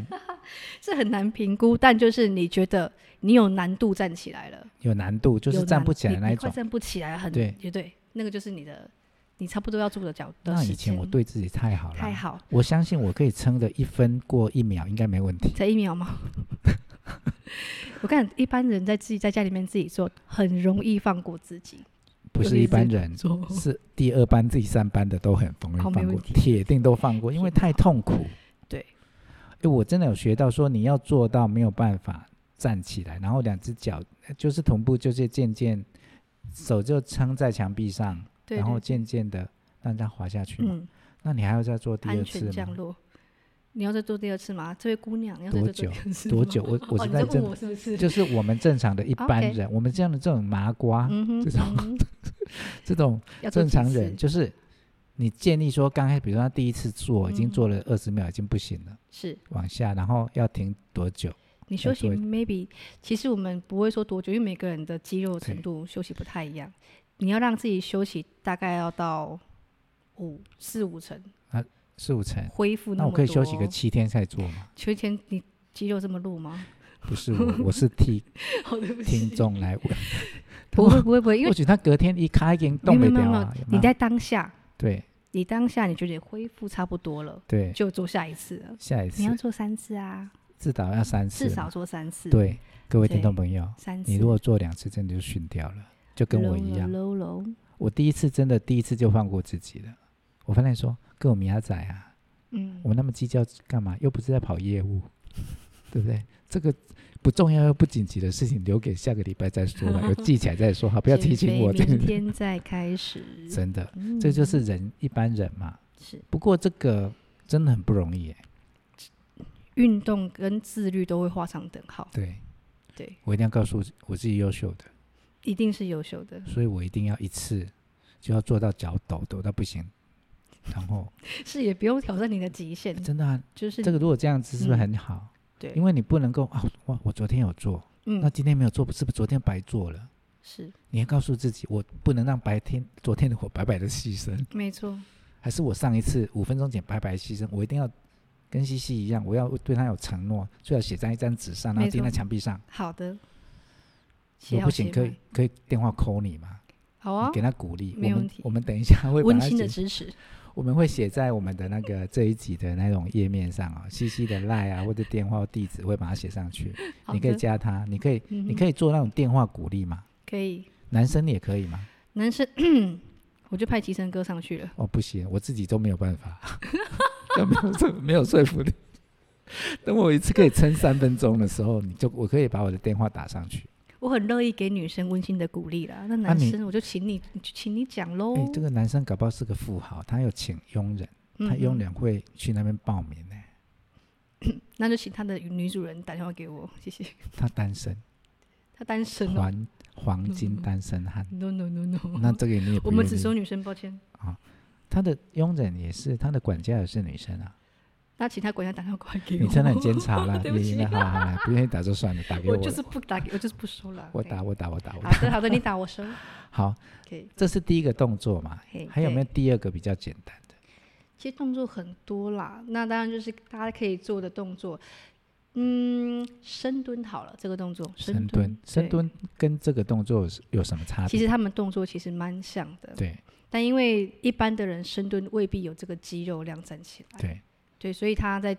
是很难评估，但就是你觉得你有难度站起来了，有难度？就是有站难不起来你那你一快种。站不起来，很对也对，那个就是你的，你差不多要做的脚的那时以前间我对自己太好了，太好，我相信我可以撑的一分过一秒应该没 问题。才一秒吗？我看一般人在自己在家里面自己做，很容易放过自己。不尤是其一般自己人，做 是第二班、第三班的都很容易放好哦没过问，题铁定都放过，因为天太痛苦。对，哎，我真的有学到说，你要做到没有办法站起来，然后两只脚就是同步，就是渐渐手就撑在墙壁上，对，然后对渐渐的让它滑下去嘛。嗯，那你还要再做第安二全次降吗？落。你要再做第二次吗？这位姑娘，你要再多做第久二次多吗久？？我我哦是你在问正我，是不是？就是我们正常的一般 OK 人，我们这样的这种麻瓜，嗯哼，这种嗯哼这种要做正几常次人就是你建议说，刚开始比如说他第一次做已经嗯做了二十秒，已经不行了，是往下，然后要停多久？你要休息做 maybe，其实我们不会说多久，因为每个人的肌肉程对度休息不太一样。你要让自己休息大概要到五四五成，四五成？恢复哎那么我多。可以休息个七天再做吗？秋天你肌肉这么弱吗？不是我，我是替 好，对不听 起。众来问。 不会不会不会，因或为许他隔天一开已经动没不有没有了没啊有！有没你有在当下，对你当下你觉得恢复差不多了，对，就做下一次了。下一你次要做三次啊，至少要三次嘛，至少做三次。，啊对各位听对众朋友，三次。你如果做两次，真的就训掉了，就跟我一样。搂搂，我第一次真的第一次就放过自己了。我发现说，跟我米亚仔啊，嗯我，们那么计较干嘛？又不是在跑业务。 对不对？这个不重要又不紧急的事情，留给下个礼拜再说 吧，有记起来再说哈，不要提醒我。这减肥个明天再 开始。真的，嗯这就是人一般人嘛。是不过这个真的很不容易耶。运动跟自律都会画上等号，对，对，我一定要告诉我自己优秀的，一定是优秀的，所以我一定要一次就要做到脚抖抖到不行。然后是也不用挑战你的极限，真的啊，就是这个如果这样子是不是嗯很好？对因为你不能够啊，哇，我昨天有做，那嗯今天没有做，不是不是昨天白做了？是你要告诉自己，我不能让白天昨天的我白白的牺牲，没错，还是我上一次五分钟前白白牺牲，我一定要跟西西一样，我要对他有承诺，最好写在一张纸上，然后没错钉在墙壁上。好的，如写果好不写行，可以满，可以电话 call 你嘛，好啊你，给他鼓励。没我问们题我们等一下会把温它馨的写，支持， 我们会写在我们的那个这一集的那种页面上 啊、西西的 line 啊或者电话地址会把它写上去，好你可以的，加他，你可以你你可以做那种电话鼓励嘛，嗯可以，男生你也可以嘛。男生 我就派齐声歌上去了，哦，不行，我自己都没有办 法，都没有说没有说服力。等我一次可以撑三分钟的时候，你就我可以把我的电话打上去。我很乐意给女生温馨的鼓励啦，那男啊你生我就请你，你就请你讲喽哎、，这个男生搞不好是个富豪，他有请佣人，嗯他佣嗯人会去那边报名呢、那就请他的女主人打电话给我，谢谢。他单身，他单身哦黄黄金单身汉。 ，no no no no，啊 那这个你也不哦我们愿只意收女生，抱歉。他的佣人也是，他的管家也是女生啊。那请他管家打电话过来给我。你真的 很奸诈啦，哎对不你起那，好好好，不愿意打就算了，打给我我，就是不打给，我就是不收了。我打，嘿。我打，我打，我打。好的好的，你打我收。好， OK，这是第一个动作嘛嘿？ 还有没有对第二个比较简单的？其实动作很多啦，那当然就是大家可以做的动作。嗯，深蹲好了，这个动作深蹲蹲，，深对。蹲跟这个动作有有什么差其别？实他们动作其实蛮像的，对但因为一般的人深蹲未必有这个肌肉量站起来。对，对，所以他在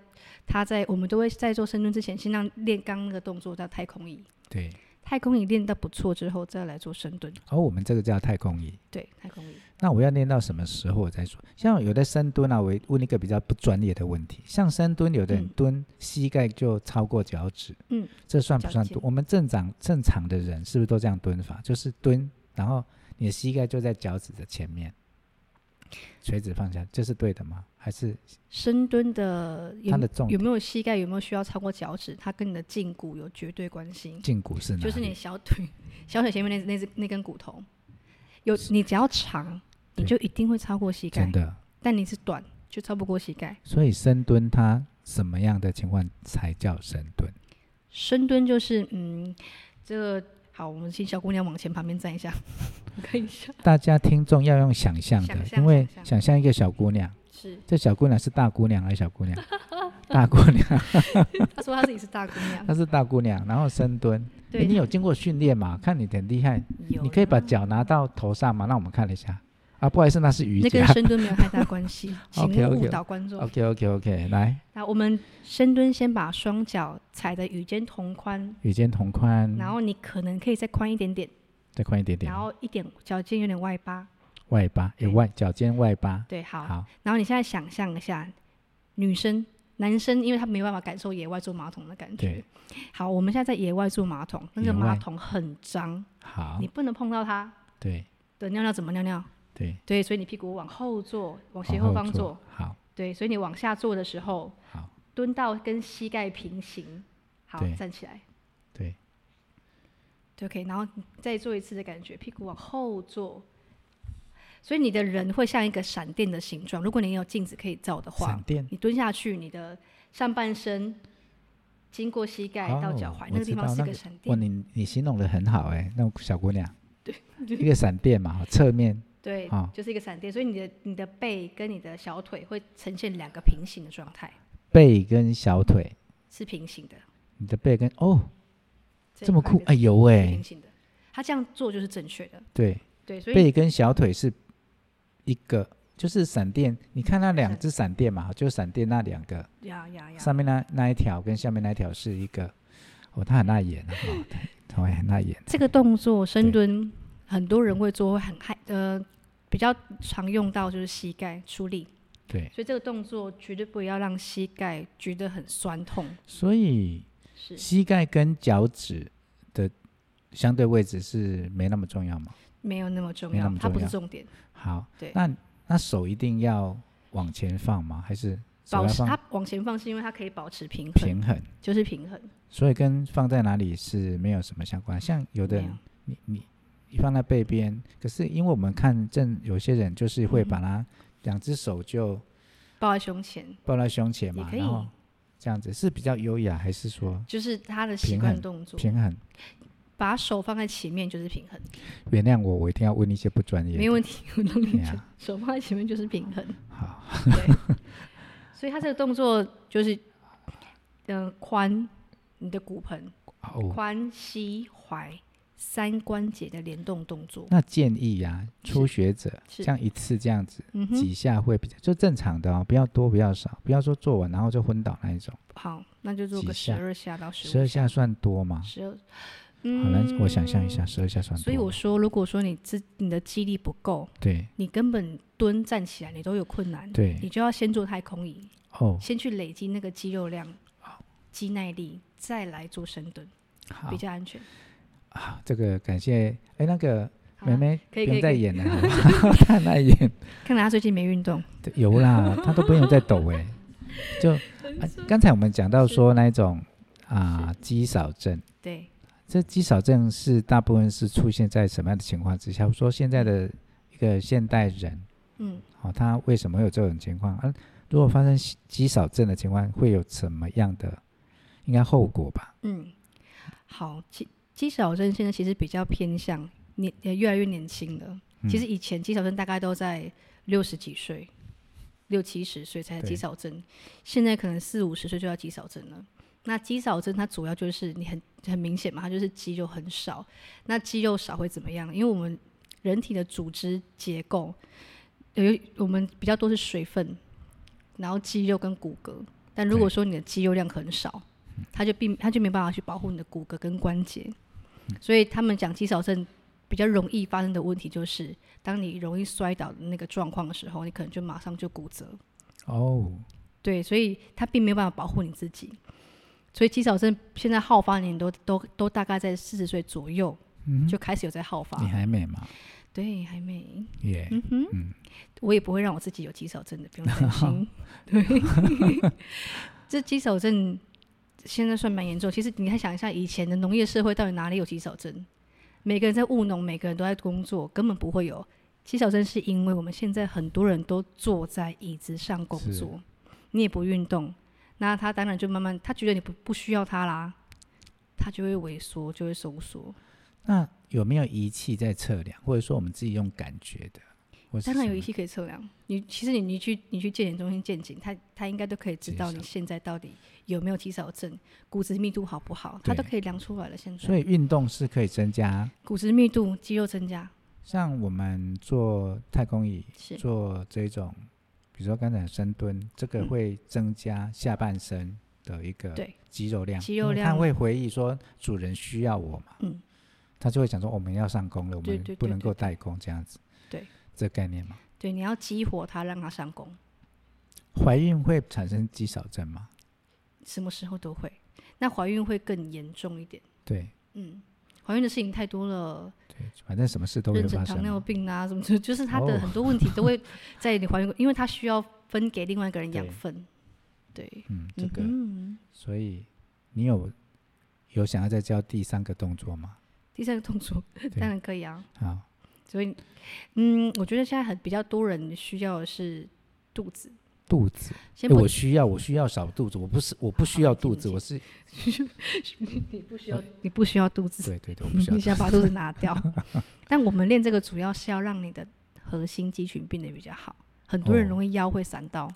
他在我们都会在做深蹲之前，先让练刚刚那个动作叫太空椅。对，太空椅练到不错之后，再来做深蹲。而、我们这个叫太空椅。对，太空椅那我要练到什么时候我再说？像有的深蹲啊，我问一个比较不专业的问题，像深蹲，有的人嗯蹲膝盖就超过脚趾，嗯，这算不脚算尖蹲？我们正常正常的人是不是都这样蹲法？就是蹲，然后你的膝盖就在脚趾的前面，垂直放下，这是对的吗？还是深蹲的有它的重有点没有膝盖有没有需要超过脚趾，它跟你的胫骨有绝对关系，胫骨是哪里？就是你小腿小腿前面那那只那根骨头，有你只要长，你就对一定会超过膝盖真，的。但你是短就超不过膝盖。所以深蹲它什么样的情况才叫深蹲？深蹲就是嗯，这个好，我们请小姑娘往前旁边站一下， 我看一下，大家听众要用想象的，呃想象因为想象想象一个小姑娘，是这小姑娘 是大姑娘还是小姑 娘？大姑娘，她说她自己是大姑 娘她，是大姑娘，然后深蹲。 对，你有经过训练嘛？看你很厉害，有你可以把啦脚拿到头上嘛？让我们看了一下。啊，不好意思，那是瑜那伽 跟。深蹲没有太大关系，请勿 OK，OK 误导观众。 OK OK OK，来，那我们深蹲先把双脚踩的与肩同宽，与肩同宽，然后你可能可以再宽一点点，再宽一点点然，后一点脚尖有点外八。外八，诶，对外脚尖外八。对，好。好，然后你现在想象一下，女生、男生，因为他没办法感受野外坐马桶的感觉对。，好，我们现在在野外坐马桶，那野个外马桶很脏，好你，不能碰到它对的尿尿怎么尿尿？对，对，所以你屁股往后坐，往斜往后方坐。，好对，所以你往下坐的时候，好。蹲到跟膝盖平行，好对，站起来。对，对，OK，然后再做一次的感觉，屁股往后坐，所以你的人会像一个闪电的形状。如果你有镜子可以照的话闪，电。你蹲下去，你的上半身经过膝盖到脚哦踝、我那个地知方道是那个个闪哇，电，你你形容的很好哎、那小姑娘，对一个闪电嘛，哦侧面对，啊就是一个闪电。所以你的你的背跟你的小腿会呈现两个平行的状态，背跟小腿，是平行的。你的背跟哦这一么块酷跟哎有是哎、平行的，他这样做就是正确的。对，对，所以背跟小腿是一个，就是闪电，你看那两只闪电嘛，就是闪电那两个，呀呀呀，上面那那一条跟下面那一条是一个，哦，他很爱演啊，哦、他会很爱演，这个动作深对蹲，很多人会做，会很害呃比较常用到就是膝盖出力，对，所以这个动作绝对不要让膝盖觉得很酸痛。所以是膝盖跟脚趾的相对位置是没那么重要吗？没有那么重没那要么，它不是重重点，好，对那那手一定要往前放吗？还是手保要持放它往前放是因为它可以保持平衡，平衡？就是平衡。所以跟放在哪里是没有什么相关。像有的没有人，你你你放在背边，可是因为我们看正有些人就是会嗯把它两只手就抱在胸前，抱在胸前也嘛，可以然后这样子是比较优雅，还是说就是他的习平惯衡动作，平衡？把手放在前面就是平衡，原谅我，我一定要问一些不专业的。没问题，我能理对解啊。手放在前面就是平衡，好，对。所以他这个动作就是，呃，髋、你的骨盆、哦，髋、膝、踝三关节的联动动作。那建议呀、初学者是像一次这样子嗯哼，几下会比较就正常的哦，不要多不要少，不要说做完然后就昏倒那一种。好，那就做几个十下二下到十十五二下算多吗？十二。好嗯，难，我想象一下，十二下算多吗。所以我说，如果说你自你的肌力不够，对你根本蹲站起来你都有困难，对你就要先做太空椅，哦，先去累积那个肌肉量、肌耐力，再来做深蹲，好比较安全。啊，这个感谢哎，那个好啊妹妹可以不可以用再可以演了，好不好太难演，看来他最近没运动，对有啦，她都不用再抖哎。就啊刚才我们讲到说那一种啊肌少症，对，这肌少症是大部分是出现在什么样的情况之下？我说现在的一个现代人，嗯，哦，他为什么会有这种情况？啊，如果发生肌肌少症的情况，会有什么样的应该后果吧？嗯，好，肌肌少症现在其实比较偏向年，呃越来越年轻了。其实以前肌少症大概都在六十几岁、六七十岁才对肌少症，现在可能四五十岁就要肌少症了。那肌少症它主要就是你很很明显嘛，它就是肌肉很少。那肌肉少会怎么样？因为我们人体的组织结构，有我们比较多是水分，然后肌肉跟骨骼。但如果对说你的肌肉量很少，它就并它就没办法去保护你的骨骼跟关节。嗯所以他们讲肌少症比较容易发生的问题就是，当你容易摔倒的那个状况的时候，你可能就马上就骨折。哦，对，所以它并没有办法保护你自己。所以肌少症现在好发年都都都大概在四十岁左右、嗯哼，就开始有在好发你。还美吗？对，还没，耶、嗯哼，嗯我也不会让我自己有肌少症的，不用 担心。对， 这肌少症现在算蛮严重。其实你还想一下，以前的农业社会到底哪里有肌少症？每个人在务农，每个人都在工作，根本不会有肌少症，是因为我们现在很多人都坐在椅子上工是作，你也不运动，那他当然就慢慢，他觉得你不不需要他啦，他就会萎缩，就会收缩。那有没有仪器在测量，或者说我们自己用感觉的？或是当然什有仪么器可以测量。你其实你你去你去健检中心健检，他他应该都可以知肌道少你现在到底有没有肌少症，骨质密度好不好，他都对可以量出来了。现在所以运动是可以增加，骨质密度、肌肉增加像我们做太空椅、是做这种，比如说刚才的深蹲，这个嗯会增加下半身的一个对肌肉量，肌肉因为它量会回忆说主人需要我嘛，嗯，他就会想说我们要上工了，我对们对不对能对够代工这样子，对，这概念嘛。对，你要激活它，让它上工，怀孕会产生肌少症吗？什么时候都会。那怀孕会更严重一点，对嗯，怀孕的事情太多了，对，反正什么事都会妊娠发糖生尿嘛。病啊，什么就就是他哦的很 多问题都会在你怀孕，因为他需要分给另外一个人养对分，对，嗯，这个，嗯哼所以你有有想要再教第三个动作吗？第三个动作当然可以啊，好，所以，嗯，我觉得现在很比较多人需要的是肚子，肚子，先诶不我需要，我需要少肚子，我不是，我不需要肚子，好我是，你不需要，你不需要肚子，对对对，我不需要你。想把肚子拿掉。 但我们练这个主要是要让你的核心肌群变得比较好。很多人哦容易腰会闪到，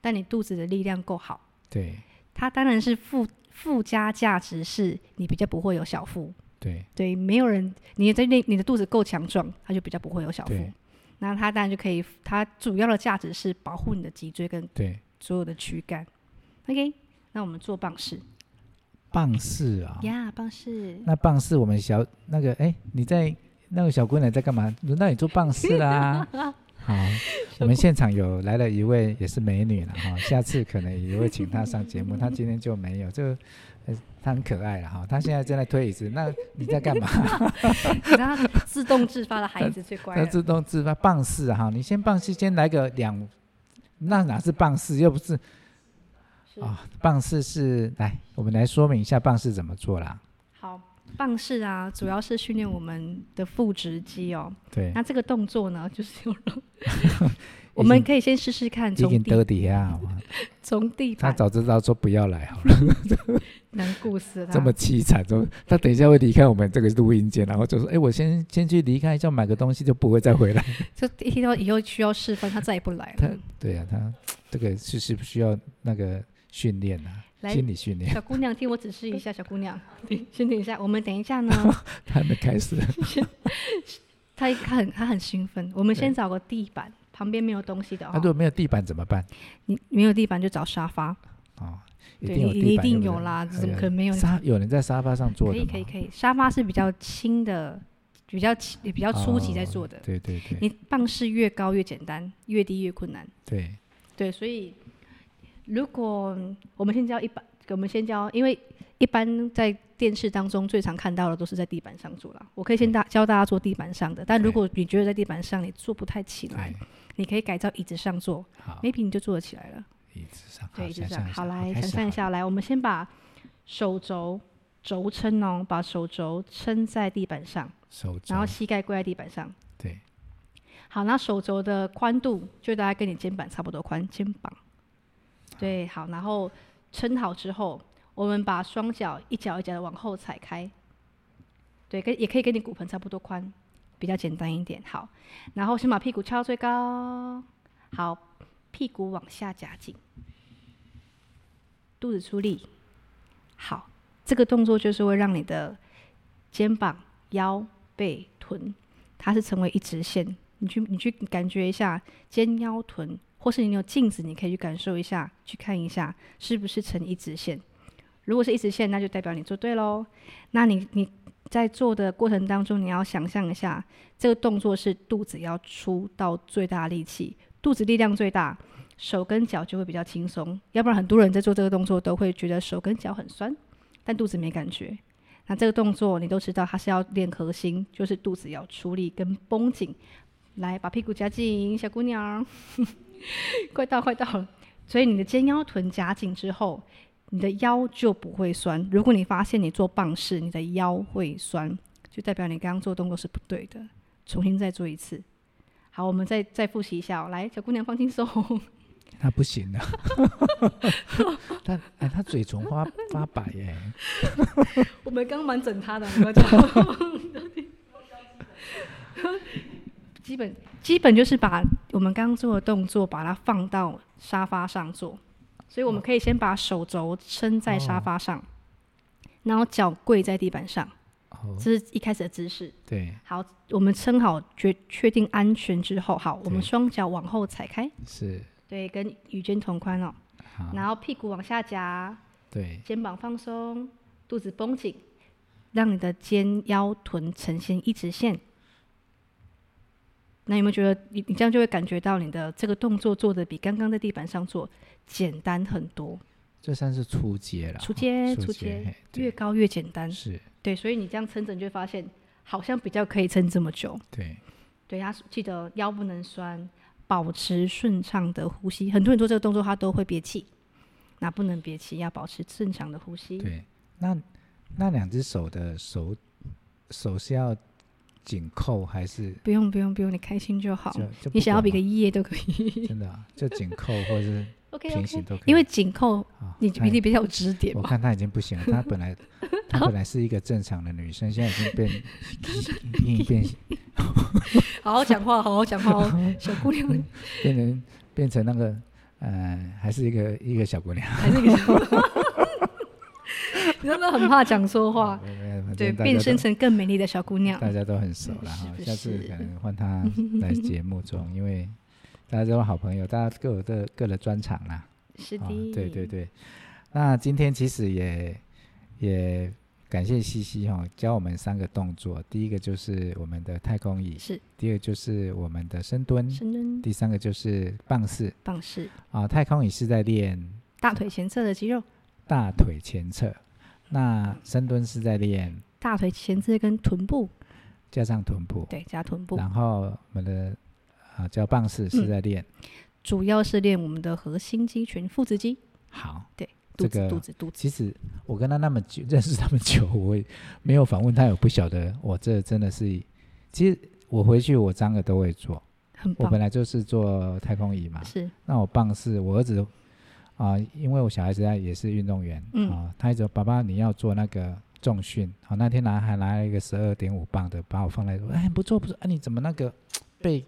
但你肚子的力量够好，对它当然是附附加价值，是你比较不会有小腹。对对，没有人，你在那你的肚子够强壮，它就比较不会有小腹对。那它当然就可以，它主要的价值是保护你的脊椎跟对，所有的躯干。OK，那我们做棒式棒式啊，呀棒式那棒式 我们小那个，哎，你在那个小姑娘在干嘛？轮到你做棒式啦。好，我们现场有来了一位也是美女了哈，下次可能也会请她上节目，她今天就没有，就呃她很可爱了哈，她现在正在推椅子，那你在干嘛？然后自动自发的孩子最 乖它了。自动自发棒式啊哈，你先棒式，先来个两，那哪是棒式，又不是是啊、棒式是来，我们来说明一下棒式怎么做啦。好，棒式啊，主要是训练我们的腹直肌哦。对，那这个动作呢，就是用已 我们经可以先试试看，已从经地得底啊，哇从地他板早知道说不要来好了，难顾死这么他。凄惨， 说他等一下会离开我们这个录音间，然后就说，哎，我先先去离开一下，买个东西就不会再回来。就一听到以后需要示范，他再也不来 他 了。对呀、啊，他这个是是不需要那个训练啊，来心理训练 小姑娘，听我指示一下，小姑娘，对先等一下，我们等 一下呢。还没开始。哦他他很他很兴奋，我们先找个地板，旁边没有东西的他、哦如。果没有地板怎么办？你没有地板就找沙发，哦，一对定有你你地一板，对定不有对啦，哎怎么呀可能没有？沙有人在沙发上坐可的以吗？可以可以，沙发是比较轻的，比较轻也比较初级在做的。哦对 对对你棒式越高越简单，越低越困难。对，对，所以如果我们先教一般，我们先教，因为一般在电视当中最常看到的都是在地板上做啦。我可以先大教大家做地板上的，但如对果你觉得在地板上你做不太起来哎，你可以改造椅子上做好， ，maybe 你就做得起来了。椅子上，对，好椅子想上象，一下好来开想始象一好下，来，我们先把手肘肘撑哦，把手肘撑在地板上，手肘然后膝盖跪在地板上。对好，那手肘的宽度就大概跟你肩膀差不多宽，肩膀。对，好，然后撑好之后，我们把双脚一脚一脚的往后踩开。对，跟也可以跟你骨盆差不多宽，比较简单一点。好，然后先把屁股翘到最高，好，屁股往下夹紧，肚子出力。好，这个动作就是会让你的肩膀、腰、背、臀它是成为一直线。你去你去感觉一下肩腰臀，或是你有镜子，你可以去感受一下，去看一下是不是成一直线。如果是一直线，那就代表你做对喽。那你你在做的过程当中，你要想象一下，这个动作是肚子要出到最大力气，肚子力量最大，手跟脚就会比较轻松。要不然很多人在做这个动作都会觉得手跟脚很酸，但肚子没感觉。那这个动作你都知道，它是要练核心，就是肚子要出力跟绷紧。来，把屁股夹紧，小姑娘， 快到快到了。所以你的肩腰臀夹紧之后，你的腰就不会酸。如果你发现你做棒式，你的腰会酸，就代表你刚刚做动作是不对的，重新再做一次。好，我们再再复习一下、哦。来，小姑娘放轻松。他不行了， 他哎他嘴唇发发白耶，我们刚蛮整他的，你们知道吗 基本基本就是把我们刚刚做的动作，把它放到沙发上做。所以我们可以先把手肘撑在沙发上，然后脚跪在地板上，哦这是一开始的姿势。对好，我们撑好确确定安全之后，好，我们对双脚往后踩开，是对，跟与肩同宽哦，好然后屁股往下夹，对肩膀放松，肚子绷紧，让你的肩腰臀呈现一直线。那有没有觉得你你这样就会感觉到你的这个动作做的比刚刚在地板上做简单很多？这算是初阶了，出街阶出街嘿，对越高越简单。是对，所以你这样撑着，你就会发现好像比较可以撑这么久。对对，他记得腰不能酸，保持顺畅的呼吸。很多人做这个动作，他都会憋气，那不能憋气，要保持正常的呼吸。对，那那两只手的手手是要紧扣还是不用不用不用，你开心就好。就就你不想要管比吗个耶都可 以。真的啊就紧扣或者 是 OK 平行 OK。都可以，因为紧扣，啊你太比你比较有指点我嘛。看她已经不行了，她本 来她本来是一个正常的女生，现在已经变变变好好讲话，好好讲 话哦，小姑娘变成变成那个呃，还是一个一个小姑娘。还是一个小姑娘。 你真的很怕讲错话，没有没有 反对，正哦大变家身都成更美丽的小姑娘。大家都很熟了哈是，不下次是可能换她来节目中，因 为大家都是好朋友，大家各有各各的专长啦。是啊的，对对对，那今天其实也也感谢西西哈、教我们三个动作，第一个就是我们的太空椅，是第二个就是我们的深蹲，深蹲、第三个就是棒式棒式、啊。太空椅是在练大腿前侧的肌肉、大腿前侧，那深蹲是在练大腿前侧跟臀部，加上臀部，对，加臀部，然后我们的啊叫棒式是在练、嗯主要是练我们的核心肌群、腹直肌、好。肚这子、个肚子、肚子。其实我跟他那么久，认识他们久，我也没有访问他，也不晓得我这真的是，其实我回去我三个都会做。很我棒本，哦来就是做太空椅嘛，是那我棒是我儿子啊、因为我小孩子他也是运动员啊、嗯他一直说爸爸你要做那个重训，好、那天拿还拿了一个十二点五磅的，把我放来说，哎不错不错，哎、你怎么那个背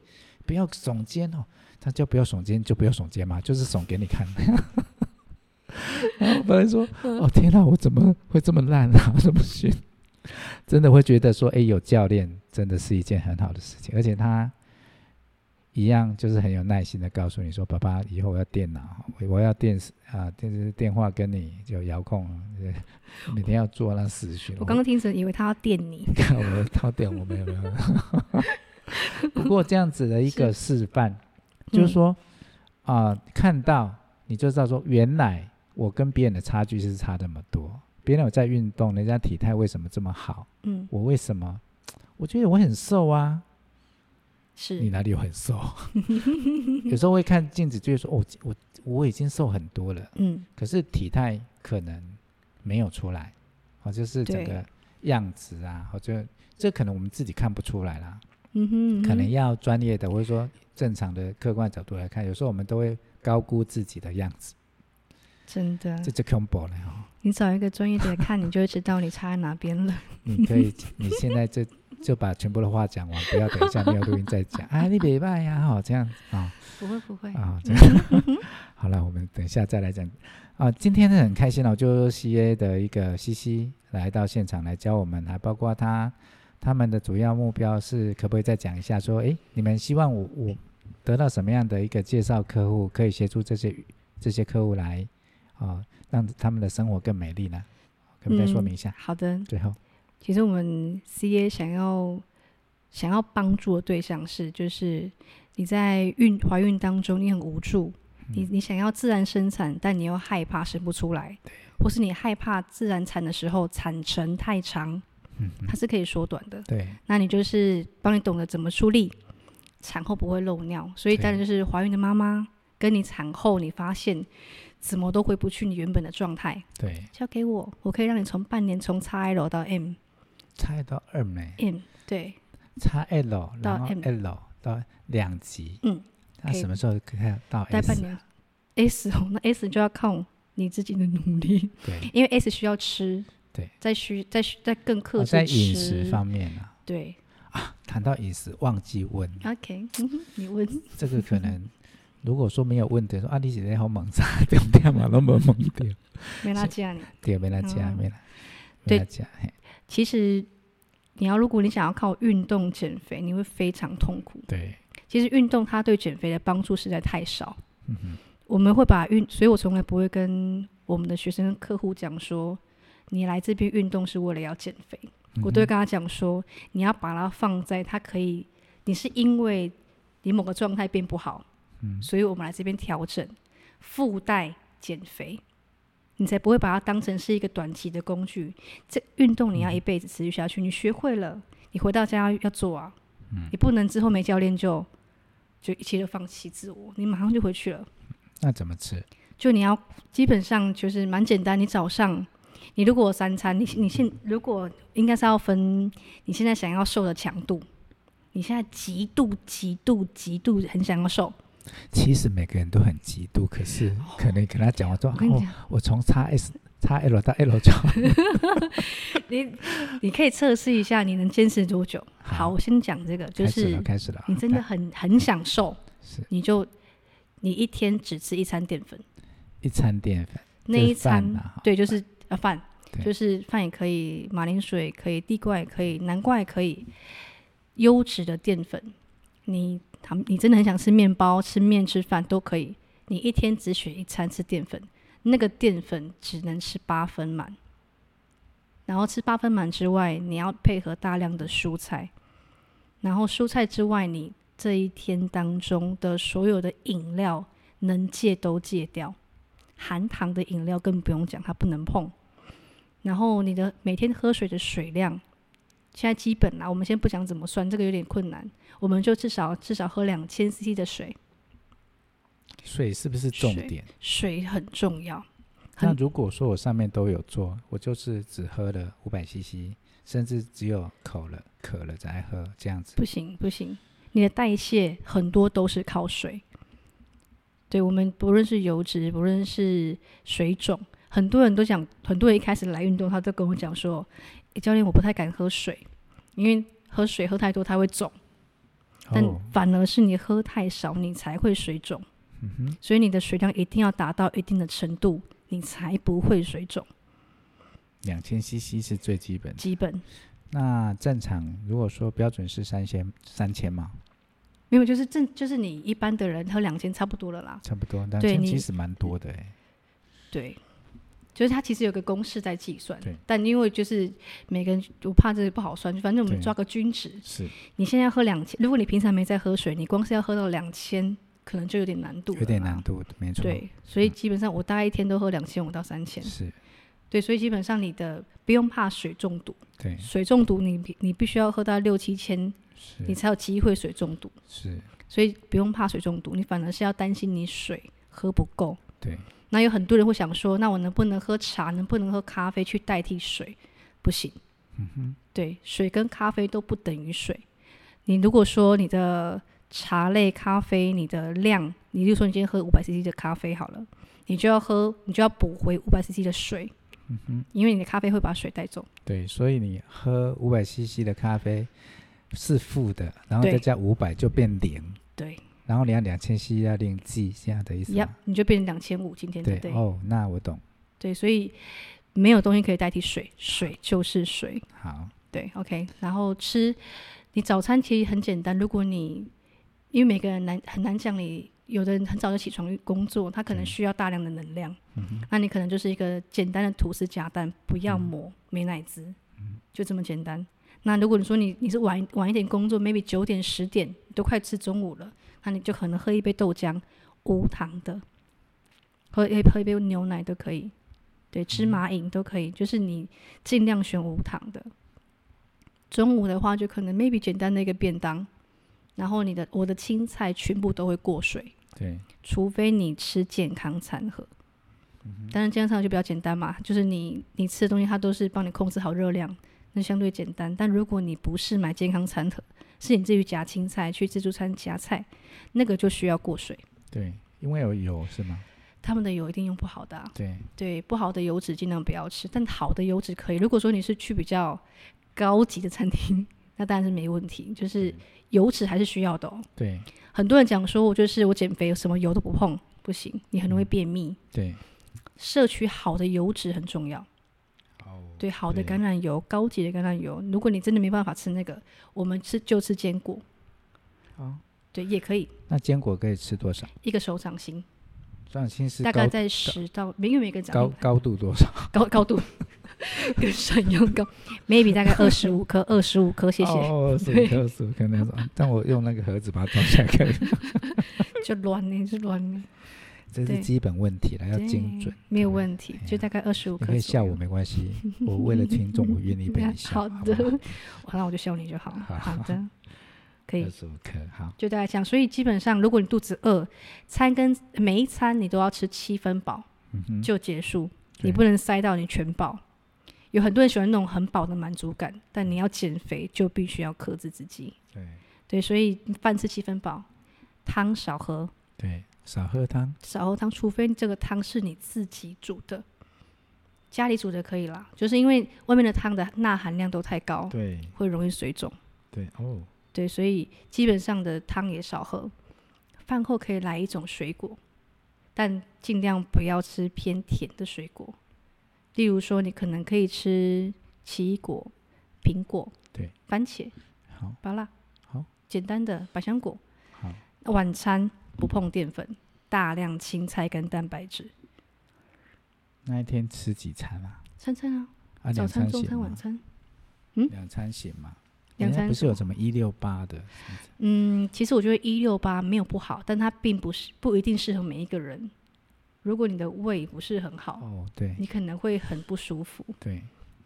不要耸肩哦，他叫不要耸肩就不要耸肩嘛，就是耸给你看。 然后我本来说，哦天哪、我怎么会这么烂啊？怎么训？真的会觉得说，哎，有教练真的是一件很好的事情，而且他一样就是很有耐心的告诉你说，爸爸，以后我要电脑，我我要电视啊，电视电话跟你有遥控，呃每天要做那视讯。我刚刚听成以为他要电你，看我到点我没有没有。不过这样子的一个示范，嗯就是说啊、看到你就知道说，原来我跟别人的差距是差这么多。别人有在运动，人家体态为什么这么好？嗯，嗯，我为什么？我觉得我很瘦啊，你是哪里有很 瘦？有时候会看镜子，就会说：“哦，我我已经瘦很多了。”嗯，可是体态可能没有出来，哦，就是整对个样子啊，或者这可能我们自己看不出来啦，嗯哼，嗯可能哼要专业的或者说正常的客观角度来看，有时候我们都会高估自己的样子，真的这，就 combo 了哦。你找一个专业的来看，你就会知道你差在哪边 了。你可以，你现在就就把全部的话讲完，不要等一下没有录音再讲。啊，你别拜呀，好、这样啊。哦不会，不会，啊， 这样好了，我们等一下再来讲啊。今天很开心哦，就 CA 的一个西西来到现场来教我们，还包括他他们的主要目标是，可不可以再讲一下说，诶，你们希望我我得到什么样的一个介绍客户，可以协助这些这些客户来啊，让他们的生活更美丽呢？可不可以再嗯说明一下？好的，最后，其实我们 CA 想要想要帮助的对象是，就是你在孕怀孕当中，你很无助，你嗯你想要自然生产，但你又害怕生不出来，或是你害怕自然产的时候产程太长，嗯，嗯它是可以缩短的。对，那你就是帮你懂得怎么出力，产后不会漏尿。所以对当然就是怀孕的妈妈跟你产后，你发现怎么都回不去你原本的状态，对，交给我，我可以让你从半年从 XL 到 M 差到二美， M 对。差 L，然到后 M L 到两级，嗯，那可以什么时候可以到待半 S？年。S 哦，那 S 就要靠你自己的努力，对，因为 S 需要吃，对，再需再需再更克哦制在吃。饮食方面呢、对谈到饮食忘记问， ，OK，嗯哼 你问这个 可能如果说没有问的，说啊，你现在好猛炸， 对不对嘛？那么猛掉，没拉加你。 对，没来加，嗯没来，没对来加，嘿其实你要，如果你想要靠运动减肥，你会非常痛苦。对，其实运动它对减肥的帮助实在太少。嗯哼，我们会把运，所以我从来不会跟我们的学生跟客户讲说，你来这边运动是为了要减肥。我都会对跟他讲说，你要把它放在它可以，你是因为你某个状态变不好，嗯所以我们来这边调整，附带减肥，你才不会把它当成是一个短期的工具。这运动你要一辈子持续下去，你学会了，你回到家要做啊，你不能之后没教练就就一切都放弃自我，你马上就回去了。那怎么吃？就你要基本上就是蛮简单，你早上你如果有三餐，你你现如果应该是要分你现在想要瘦的强度，你现在极度极度极度很想要瘦，哦其实每个人都很嫉妒，可是可能跟他讲，我说哦我跟你哦讲，，我从叉 S 叉 L 到 L 就好你你可以测试一下你能坚持多久。好，我先讲这个，就开始是了，开始了，啊你真的很很想瘦，是你就你一天只吃一餐淀粉，一餐淀粉，那一就是饭餐啊哈对，就是呃饭，对就是饭也可以，马铃薯也可以，地瓜也可以，南瓜也可以，优质的淀粉。你他你真的很想吃面包、吃面、吃饭都可以，你一天只选一餐吃淀粉，那个淀粉只能吃八分满，然后吃八分满之外，你要配合大量的蔬菜，然后蔬菜之外，你这一天当中的所有的饮料能戒都戒掉，含糖的饮料更不用讲，它不能碰。然后你的每天喝水的水量，现在基本啦，我们先不讲怎么算，这个有点困难，我们就至少至少喝两千 CC 的水，水是不是重水点？水很重要。很那如果说我上面都有做，我就是只喝了五百 CC，甚至只有口了渴了才喝这样子不，行不行，你的代谢很多都是靠水。对我们不论是油脂，不论是水肿，很多人都讲，很多人一开始来运动，他都跟我讲说：“诶教练，我不太敢喝水，因为喝水喝太多它会肿，但哦，反而是你喝太少，你才会水肿。嗯哼，所以你的水量一定要达到一定的程度，你才不会水肿。两千 CC 是最基本的。基本那正常如果说标准是三千三千嘛，没有，就是正就是你一般的人喝两千差不多了啦。差不多两对千你其实蛮多的哎。对，就是它其实有个公式在计算对，但因为就是每个人，我怕这个不好算，就反正我们对抓个均值。是你现在喝两千，如果你平常没在喝水，你光是要喝到两千，可能就有点难度，有点难。度，没错，嗯对，所以基本上我大概一天都喝两千五到三千，是，对，所以基本上你的不用怕水中毒，对，水中毒你必你必须要喝到六七千，你是才有机会水中毒，是，所以不用怕水中毒，你反而是要担心你水喝不够，对，那有很多人会想说，那我能不能喝茶，能不能喝咖啡去代替水？不行，嗯哼，对，水跟咖啡都不等于水。你如果说你的茶类咖啡，你的量，你就说你今天喝五百 CC 的咖啡好了，你就要喝，你就要补回五百 CC 的水，嗯哼。因为你的咖啡会把水带走。对，所以你喝五百 CC 的咖啡是负的，然后对再加五百就变零，对，然后你要两千 CC 要另计，这样的意思要吗？你就变成两千五，今天啊对对哦，那我懂。对，所以没有东西可以代替水，水就是水。好，对，OK。然后吃，你早餐其实很简单。如果你因为每个人难很难讲你，有的人很早就起床工作，他可能对需要大量的能量，嗯哼，嗯那你可能就是一个简单的吐司夹蛋，不要抹美乃滋，就这么简单。那如果你说你你是晚一晚一点工作，maybe 九点十点都快吃中午了，那你就可能喝一杯豆浆，无糖的，喝一喝一杯牛奶都可以，对，芝嗯麻饮都可以，就是你尽量选无糖的。中午的话，就可能 maybe 简单的一个便当，然后你的我的青菜全部都会过水，对，除非你吃健康餐盒。当然，健康餐盒就比较简单嘛，就是你你吃的东西它都是帮你控制好热量，那相对简单。但如果你不是买健康餐盒，是你自己夹青菜去自助餐夹菜，那个就需要过水。对，因为有油是吗？他们的油一定用不好的啊、对，对不好的油脂尽量不要吃，但好的油脂可以。如果说你是去比较高级的餐厅，那当然是没问题，就是嗯油脂还是需要的、哦。对，很多人讲说我就是我减肥，什么油都不碰，不行，你很容易嗯便秘。对，摄取好的油脂很重要，哦，对好的对橄榄油、高级的橄榄油，如果你真的没办法吃那个，我们吃就吃坚果，好，对，也可以那坚果可以吃多少？一个手掌心，上心是大概高在十到，因为每个掌高高度多少？高高度 跟山一样高，maybe 大概二十五颗，二十五颗，谢谢， 哦，十对五克，十五克那种。但我用那个盒子把它装起来 可以吗，就乱呢，就乱呢，这对是基本问题了，要对精准。，没有问题哎，呀就大概二十五你颗，可以笑我，没关系，我为了听众，我愿意被那 你笑。好不的，好那我就笑你就好，好好的， 可以二，十五克，好，就大概这样。所以基本上，如果你肚子饿，餐跟每一餐你都要吃七分饱嗯哼，就结束，对你不能塞到你全饱。有很多人喜欢那种很饱的满足感，但嗯你要减肥就必须要克制自己。对对，所以饭吃七分饱，汤少喝，对，少喝汤，少喝汤，除非这个汤是你自己煮的，家里煮的可以啦。就是因为外面的汤的钠含量都太高，对会容易水肿。对哦，对，所以基本上的汤也少喝，饭后可以来一种水果，但尽量不要吃偏甜的水果。例如说，你可能可以吃奇异果、苹果、对番茄、好芭乐，好简单的百香果。好，晚餐不碰淀粉，大量青菜跟蛋白质。那一天吃几餐啊？三餐啊，啊，早两餐、餐中险餐、晚嘛，餐。两餐险嘛，两人家餐不什是有么什么一六八的，嗯，其实我觉得一六八没有不好，但它并不是不一定适合每一个人。如果你的胃不是很好，哦，对你可能会很不舒服。对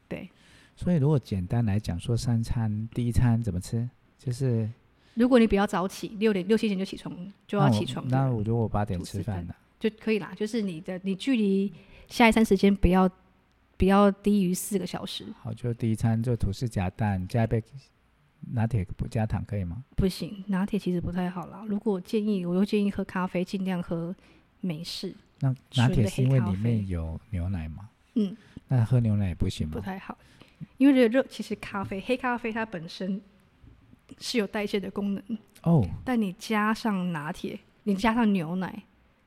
对。所以如果简单来讲，说三餐第一餐怎么吃，就是如果你比较早起，六点六七点就起床就要那我起床的那人我如果八点吐吃司饭饭了，就可以啦。就是你的你距离下一餐时间不要不要低于四个小时，好，就第一餐就吐司夹蛋，加一杯拿铁不加糖可以吗？不行，拿铁其实不太好啦。如果建议，我就建议喝咖啡，尽量喝美式，那拿纯铁的是黑因为咖里啡面有牛奶嘛？嗯，那喝牛奶也不行不吗？太好，因为这个热其实咖啡黑咖啡它本身是有代谢的功能，哦，但你加上拿铁，你加上牛奶，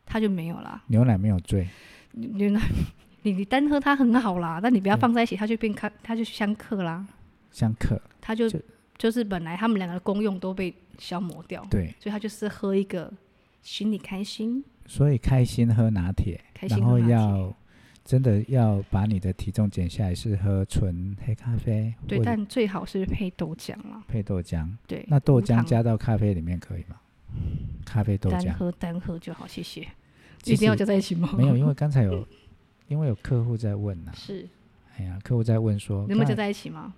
它就没有啦。牛奶没有醉，你牛奶你你单喝它很好啦，但你不要对放在一起，它就变咖，它就相克啦。像可它就就就是本来他们两个的功用都被消磨掉，对，所以它就是喝一个，心里开心，所以开心喝拿铁，开然心后喝拿铁要真的要把你的体重减下来，是喝纯黑咖啡对，或者但最好是配豆浆啦，配豆浆。对，那豆无浆糖加到咖啡里面可以吗？咖啡豆单浆喝单喝就好，谢谢。其一定要实加在一起吗？ 没有，因为刚才有 因为有客户在问呐、是哎呀，客户在问说，能不能加那在一起吗？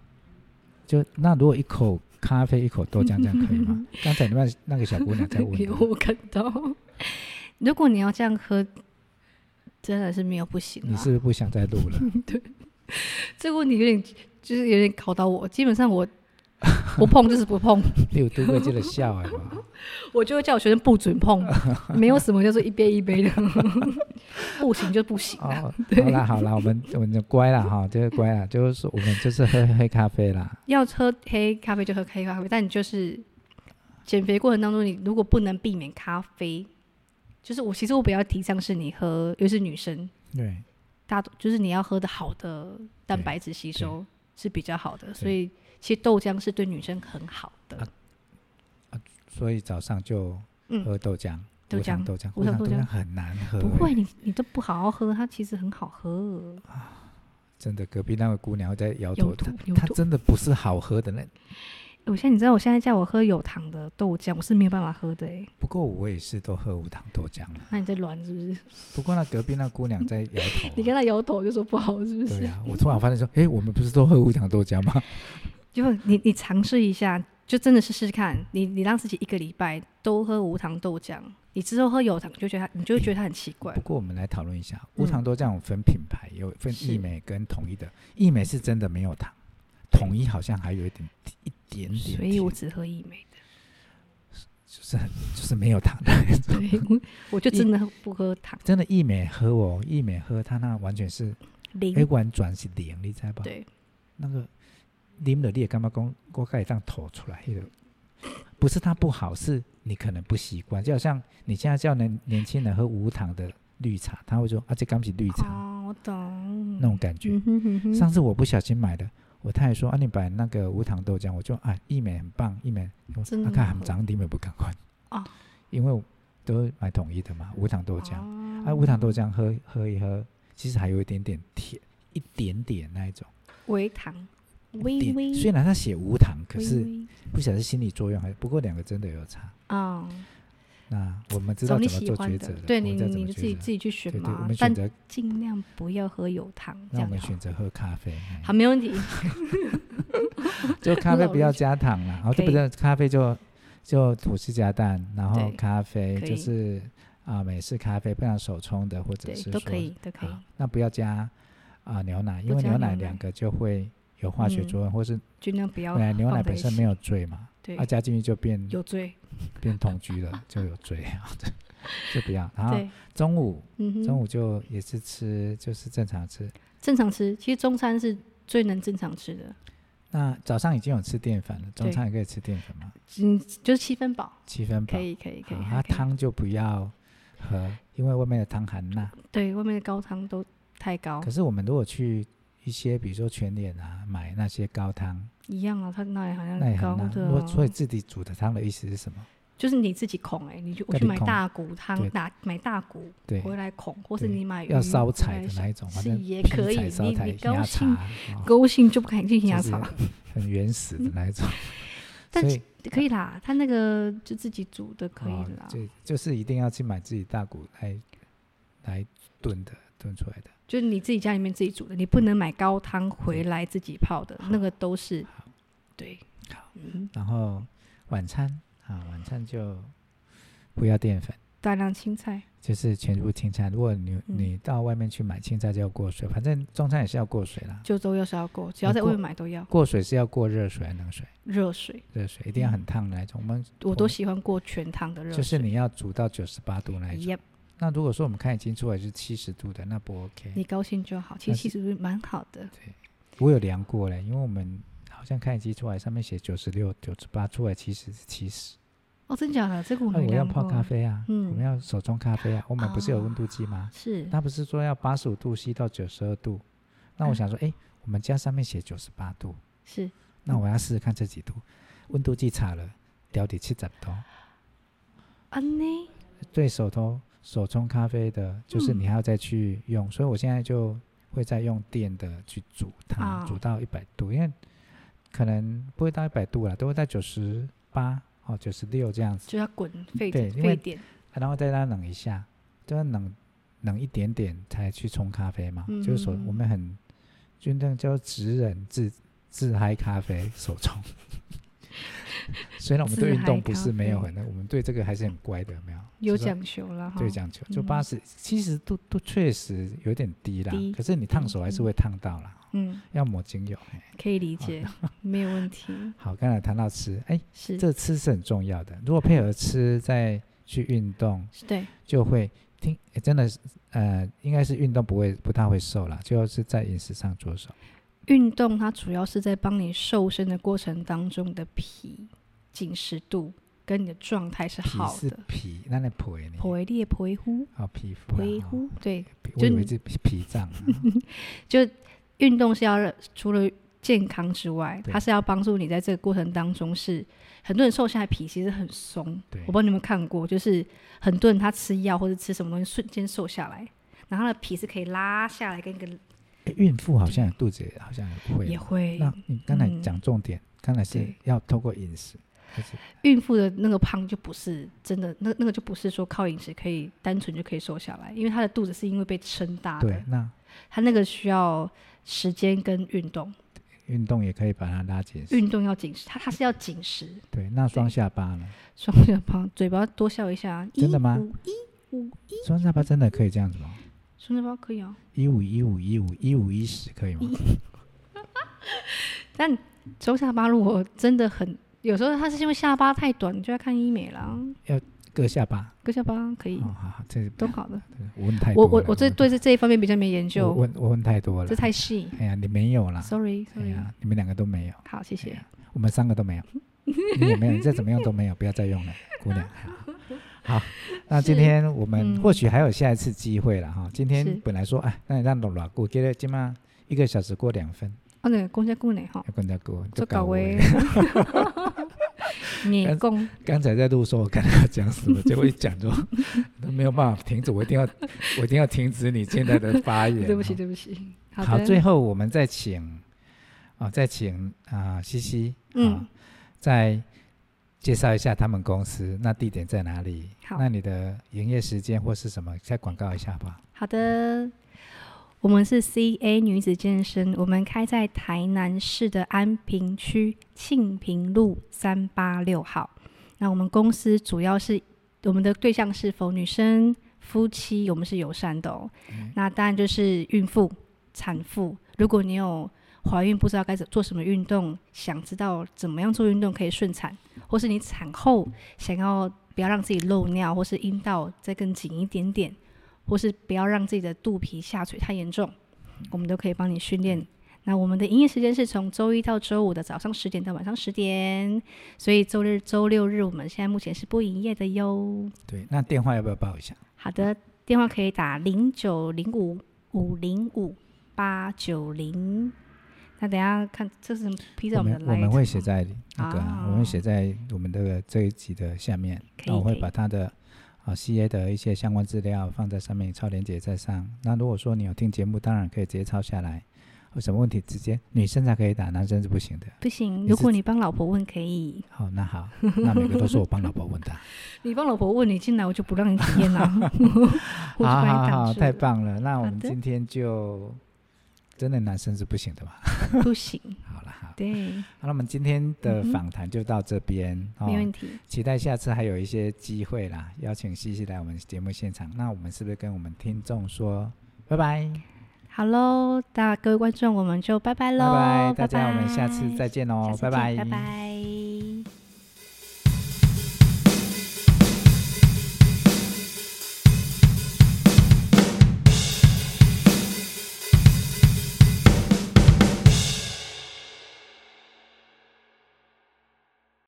就那如果一口咖啡一口豆浆这样可以 吗？刚才那那个小姑娘在问啊有的，我看到，如果你要这样喝，真的是没有不行你啦。是不是不想再录了？ 这个问题有点就是有点考到我，基本上我不碰就是 不碰，你有都会记得笑哎嘛？我就会叫我学生不 准碰，没有什么叫做一杯一杯的， 不行就 不行啊。哦，好啦好啦，我们我们就乖啦哈，就是乖啦，就是说我们就是喝黑咖啡啦。 要喝黑咖啡就喝黑咖啡，但你就是减肥过程当中，你如果不能避免咖啡，就是我其实我比较提倡是你喝，尤其是女生，对，大多就是你要喝的好的蛋白质吸收是比较好的，所以其实豆浆是对女生很好的。啊所以早上就嗯，喝豆浆，豆无糖浆豆浆，无无糖糖豆豆浆浆很难喝，不会，，你你都不好好喝，它其实很好喝。真的，隔壁那位姑娘在摇头，有毒她有她毒真的不是好喝的那。我现在你知道，我现在叫我喝有糖的豆浆，我是没有办法喝的、欸。不过我也是都喝无糖豆浆了。那你在乱是不是？不过那隔壁那姑娘在摇头啊、 你跟他摇头就说不好是不对是？呀、我突然发现说，诶，我们不是都喝无糖豆浆吗？结果你你尝试一下，就真的试试看。你你让自己一个礼拜都喝无糖豆浆，你之后喝有糖，你就觉得它，你就会觉得它很奇怪不。过我们来讨论一下，嗯无糖豆浆有分品牌，有分是益美跟统一的。益美是真的没有糖，统一好像还有一点一点点甜，所以我只喝益美的，就是很就是没有糖的。 对，我我就真的不喝糖，真的益美喝哦，益美喝它那完全是零诶，完全是零，你知道吧？对，那个啉了你也干嘛讲锅盖这样吐出来？那个不是它不好，是你可能不习惯。就好像你现在叫年年轻人喝无糖的绿茶，他会说啊，这刚是绿茶、哦，我懂，那种感觉。嗯哼哼哼上次我不小心买的，我太太说啊，你买那个无糖豆浆，我就啊，一美很棒，一美我真的啊，看很很涨，你们不赶快哦因为我都买统一的嘛，无糖豆浆，哦啊，无糖豆浆喝喝一喝，其实还有一点点甜，一点点那一种。哦微糖，微点微，哎虽然它写无糖，可微是微不晓得是心理作用还是不过两个真的有差。啊，那我们知道找你怎么喜做欢抉的择了，，对我你们知道怎你么就抉自己择自己去选对对，我嘛们，但选择，尽量不要喝有糖，那这我样们就好选。择喝咖啡，哎好，没 问题。就咖啡老不要人加糖哦了，然后可这以不是咖啡就就吐司加蛋，然后对咖啡可就以是啊美式咖啡，不然手冲的或者对是，都说可以，都可以好，那不要加啊牛奶，因不为加牛牛奶奶两个就会有化学嗯作用，或是尽量不要本来牛放奶在本一身起没有醉嘛，对啊加进去就变有罪，变同居了，就有罪啊，就不要。然后对，中午嗯哼，啊中午就也是吃，就是正常吃。正常吃，其实中餐是最能正常吃的，那早上已经有吃淀粉了，中对餐也可以吃淀粉嘛，嗯，就是七分饱，七分饱可。以，可以，可以好，，还那可以啊汤就不要 喝，因为外面的汤含钠。对外面的高汤都太高可，是我们如果去一些，比如说全脸啊，买那些高汤，一样啊，它那里好像那也很高钠。的我所以啊，自己煮的汤的意思是什么？就是你自己孔哎、你就我自去己买孔大骨汤对，拿买大骨对，回来孔，或是对你买鱼要烧回柴来的那一种，反是正也劈可以柴、烧你柴、你高压茶兴，哦勾性就不敢进行牙就是草，很原始的那一种。 但所是以可以啦，他那个就自己煮的可以哦啦，就就是一定要去买自己大骨来来炖的，炖出来的。就是你自己家里面自己煮的，你不能买高汤回来自己泡的，那个都是好对。嗯，然后晚餐啊，晚餐就不要淀粉，大量青菜，就是全部青菜。如果你嗯你到外面去买青菜就要过水，反正中餐也是要过水啦。就都要是要过，只要在外面买都要过水是要过热水还啊是冷水？热水。热水一定要很烫的那一种。我们我都喜欢过全糖嗯的热水，就是你要煮到九十八度那一种。 Yep，那如果说我们看已经出来是七十度的，那不 OK。你高兴就好。其实但其实蛮好的，我有量过嘞，因为我们好像看机出来上面写九十六、九十八，出来其实是七十。哦，真假的？这个我那没我要量泡过。咖啡啊，嗯啊我们要手冲咖啡啊，我们不是有温度计吗？是他不是说要八十五度 C 到九十二度？那我想说，哎、我们家上面写九十八度，是，那我要试试看这几度。温度计查了，掉底七十度。啊呢，对手头手冲咖啡的，就是你还要再去用，所以我现在就会再用电的去煮它，啊煮到一百度，因为可能不会到一百度啦，都会在九十八哦九十六这样子，就要滚沸对点因为沸点，啊然后再让它冷一下，就要冷冷一点点才去冲咖啡嘛，就是手嗯我们很真正叫职人自自嗨咖啡手冲。 虽然我们对自运动嗨不咖是没有啡很，我们对这个还是很乖的，有没有？有就是说讲究了哈。对，讲究就嗯八十、七十度都确实有点低啦低，可是你烫手还是会烫到啦，嗯，要抹精油。嘿可以理解，没有问 题。好，刚才谈到吃，哎，是，这吃是很重要的，如果配合吃再去运动，是对，就会听，哎真的是呃，应该是运动不会不大会瘦啦，就是在饮食上着手。运动它主要是在帮你瘦身的过程当中的皮紧实度跟你的状态是皮好是的。皮，那那皮呢？婆裂婆乎哦，皮肤啊。婆哦乎，对，皮我就以为你是脾脾脏啊， 就运动是要让除了健康之外，对它是要帮助你在这个过程当中是很多人瘦下来皮其实很松，对我不知道你有没有看过，就是很多人他吃药或者吃什么东西瞬间瘦下来，然后他的皮是可以拉下来，跟一个哎孕妇好像有肚子也好像也会也哦。会那你刚才嗯讲重点，刚才是对要透过饮食，就是孕妇的那个胖就不是真的，那那个就不是说靠饮食可以单纯就可以瘦下来，因为她的肚子是因为被撑大对的，，那她那个需要时间跟运动，运动也可以把它拉紧实。运动要紧实，她她是要紧实，对，那双下巴呢？双下巴，嘴巴多笑一下。啊真的吗一五一五一，双下巴真的可以这样子吗？双下巴可以啊。一五一五一五一五一十可以吗？但双下巴如果真的很，有时候它是因为下巴太短，你就要看医美啦。割下巴。割下巴可以哦，，好，好这都好的。我问太多我了。嗯我我这对这这一方面比较没研我究，问我问太多了这。太细。哎呀，你没有啦。 Sorry 哎 Sorry，呀，你们两个都没有，哎好，谢谢。我们三个都 没有。你也没有，你再怎么样都没有，不要再用了，姑娘。 好，好那今是天我们嗯或许还有下一次机会了哈。今是天本来说哎，那你让老老过，结果今晚一个小时过两分，哦对，公家姑娘哈，要跟他过，就做搞我为 你公 刚才在录说我跟他讲什么，结果一讲就 都没有办法停止，我一定要我一定要停止你现在的发言。 对不起对不起。哎好，好最的，后我们再请啊、再请啊、西西啊、嗯再介绍一下他们公司，那地点在哪里？好那你的营业时间或是什么，再广告一下吧。好的，我们是 CA 女子健身，我们开在台南市的安平区庆平路三八六号。那我们公司主要是我们的对象是否女生、夫妻，我们是友善的哦。那当然就是孕妇、产妇，如果你有。怀孕不知道该怎做什么运动，想知道怎么样做运动可以顺产，或是你产后想要不要让自己漏尿，或是阴道再更紧一点点，或是不要让自己的肚皮下垂太严重，嗯我们都可以帮你训练。那我们的营业时间是从周一到周五的早上十点到晚上十点，所以周日、周六日我们现在目前是不营业的哟。对，那电话要不要报一下？好的，电话可以打零九零五五零五八九零，那等一下看这是披在我我们们的 light 我们会写在那个，啊我们写在我们这个这一集的下面，可以那我会可以把它的啊 CA 的一些相关资料放在上面，超连接在上。那如果说你有听节目，当然可以直接抄下来，有什么问题直接女生才可以打，男生是不行的。不行，你如是果你帮老婆问可以，好，那好，那每个都是我帮老婆 问的。你帮老婆问你进来，我就不让你体 验了， 我就好把啊好你挡好，住太棒了。那我好们的今天就真的男生是不行的嘛？了，不行，好了，好，好对，那我们今天的嗯哼访谈就到这边、哦。没问题，期待下次还有一些机会啦，邀请西西来我们节目现场。那我们是不是跟我们听众说拜拜？好喽，那各位观众，我们就拜拜拜喽，大家，我们下次拜再见哦下，次见拜拜。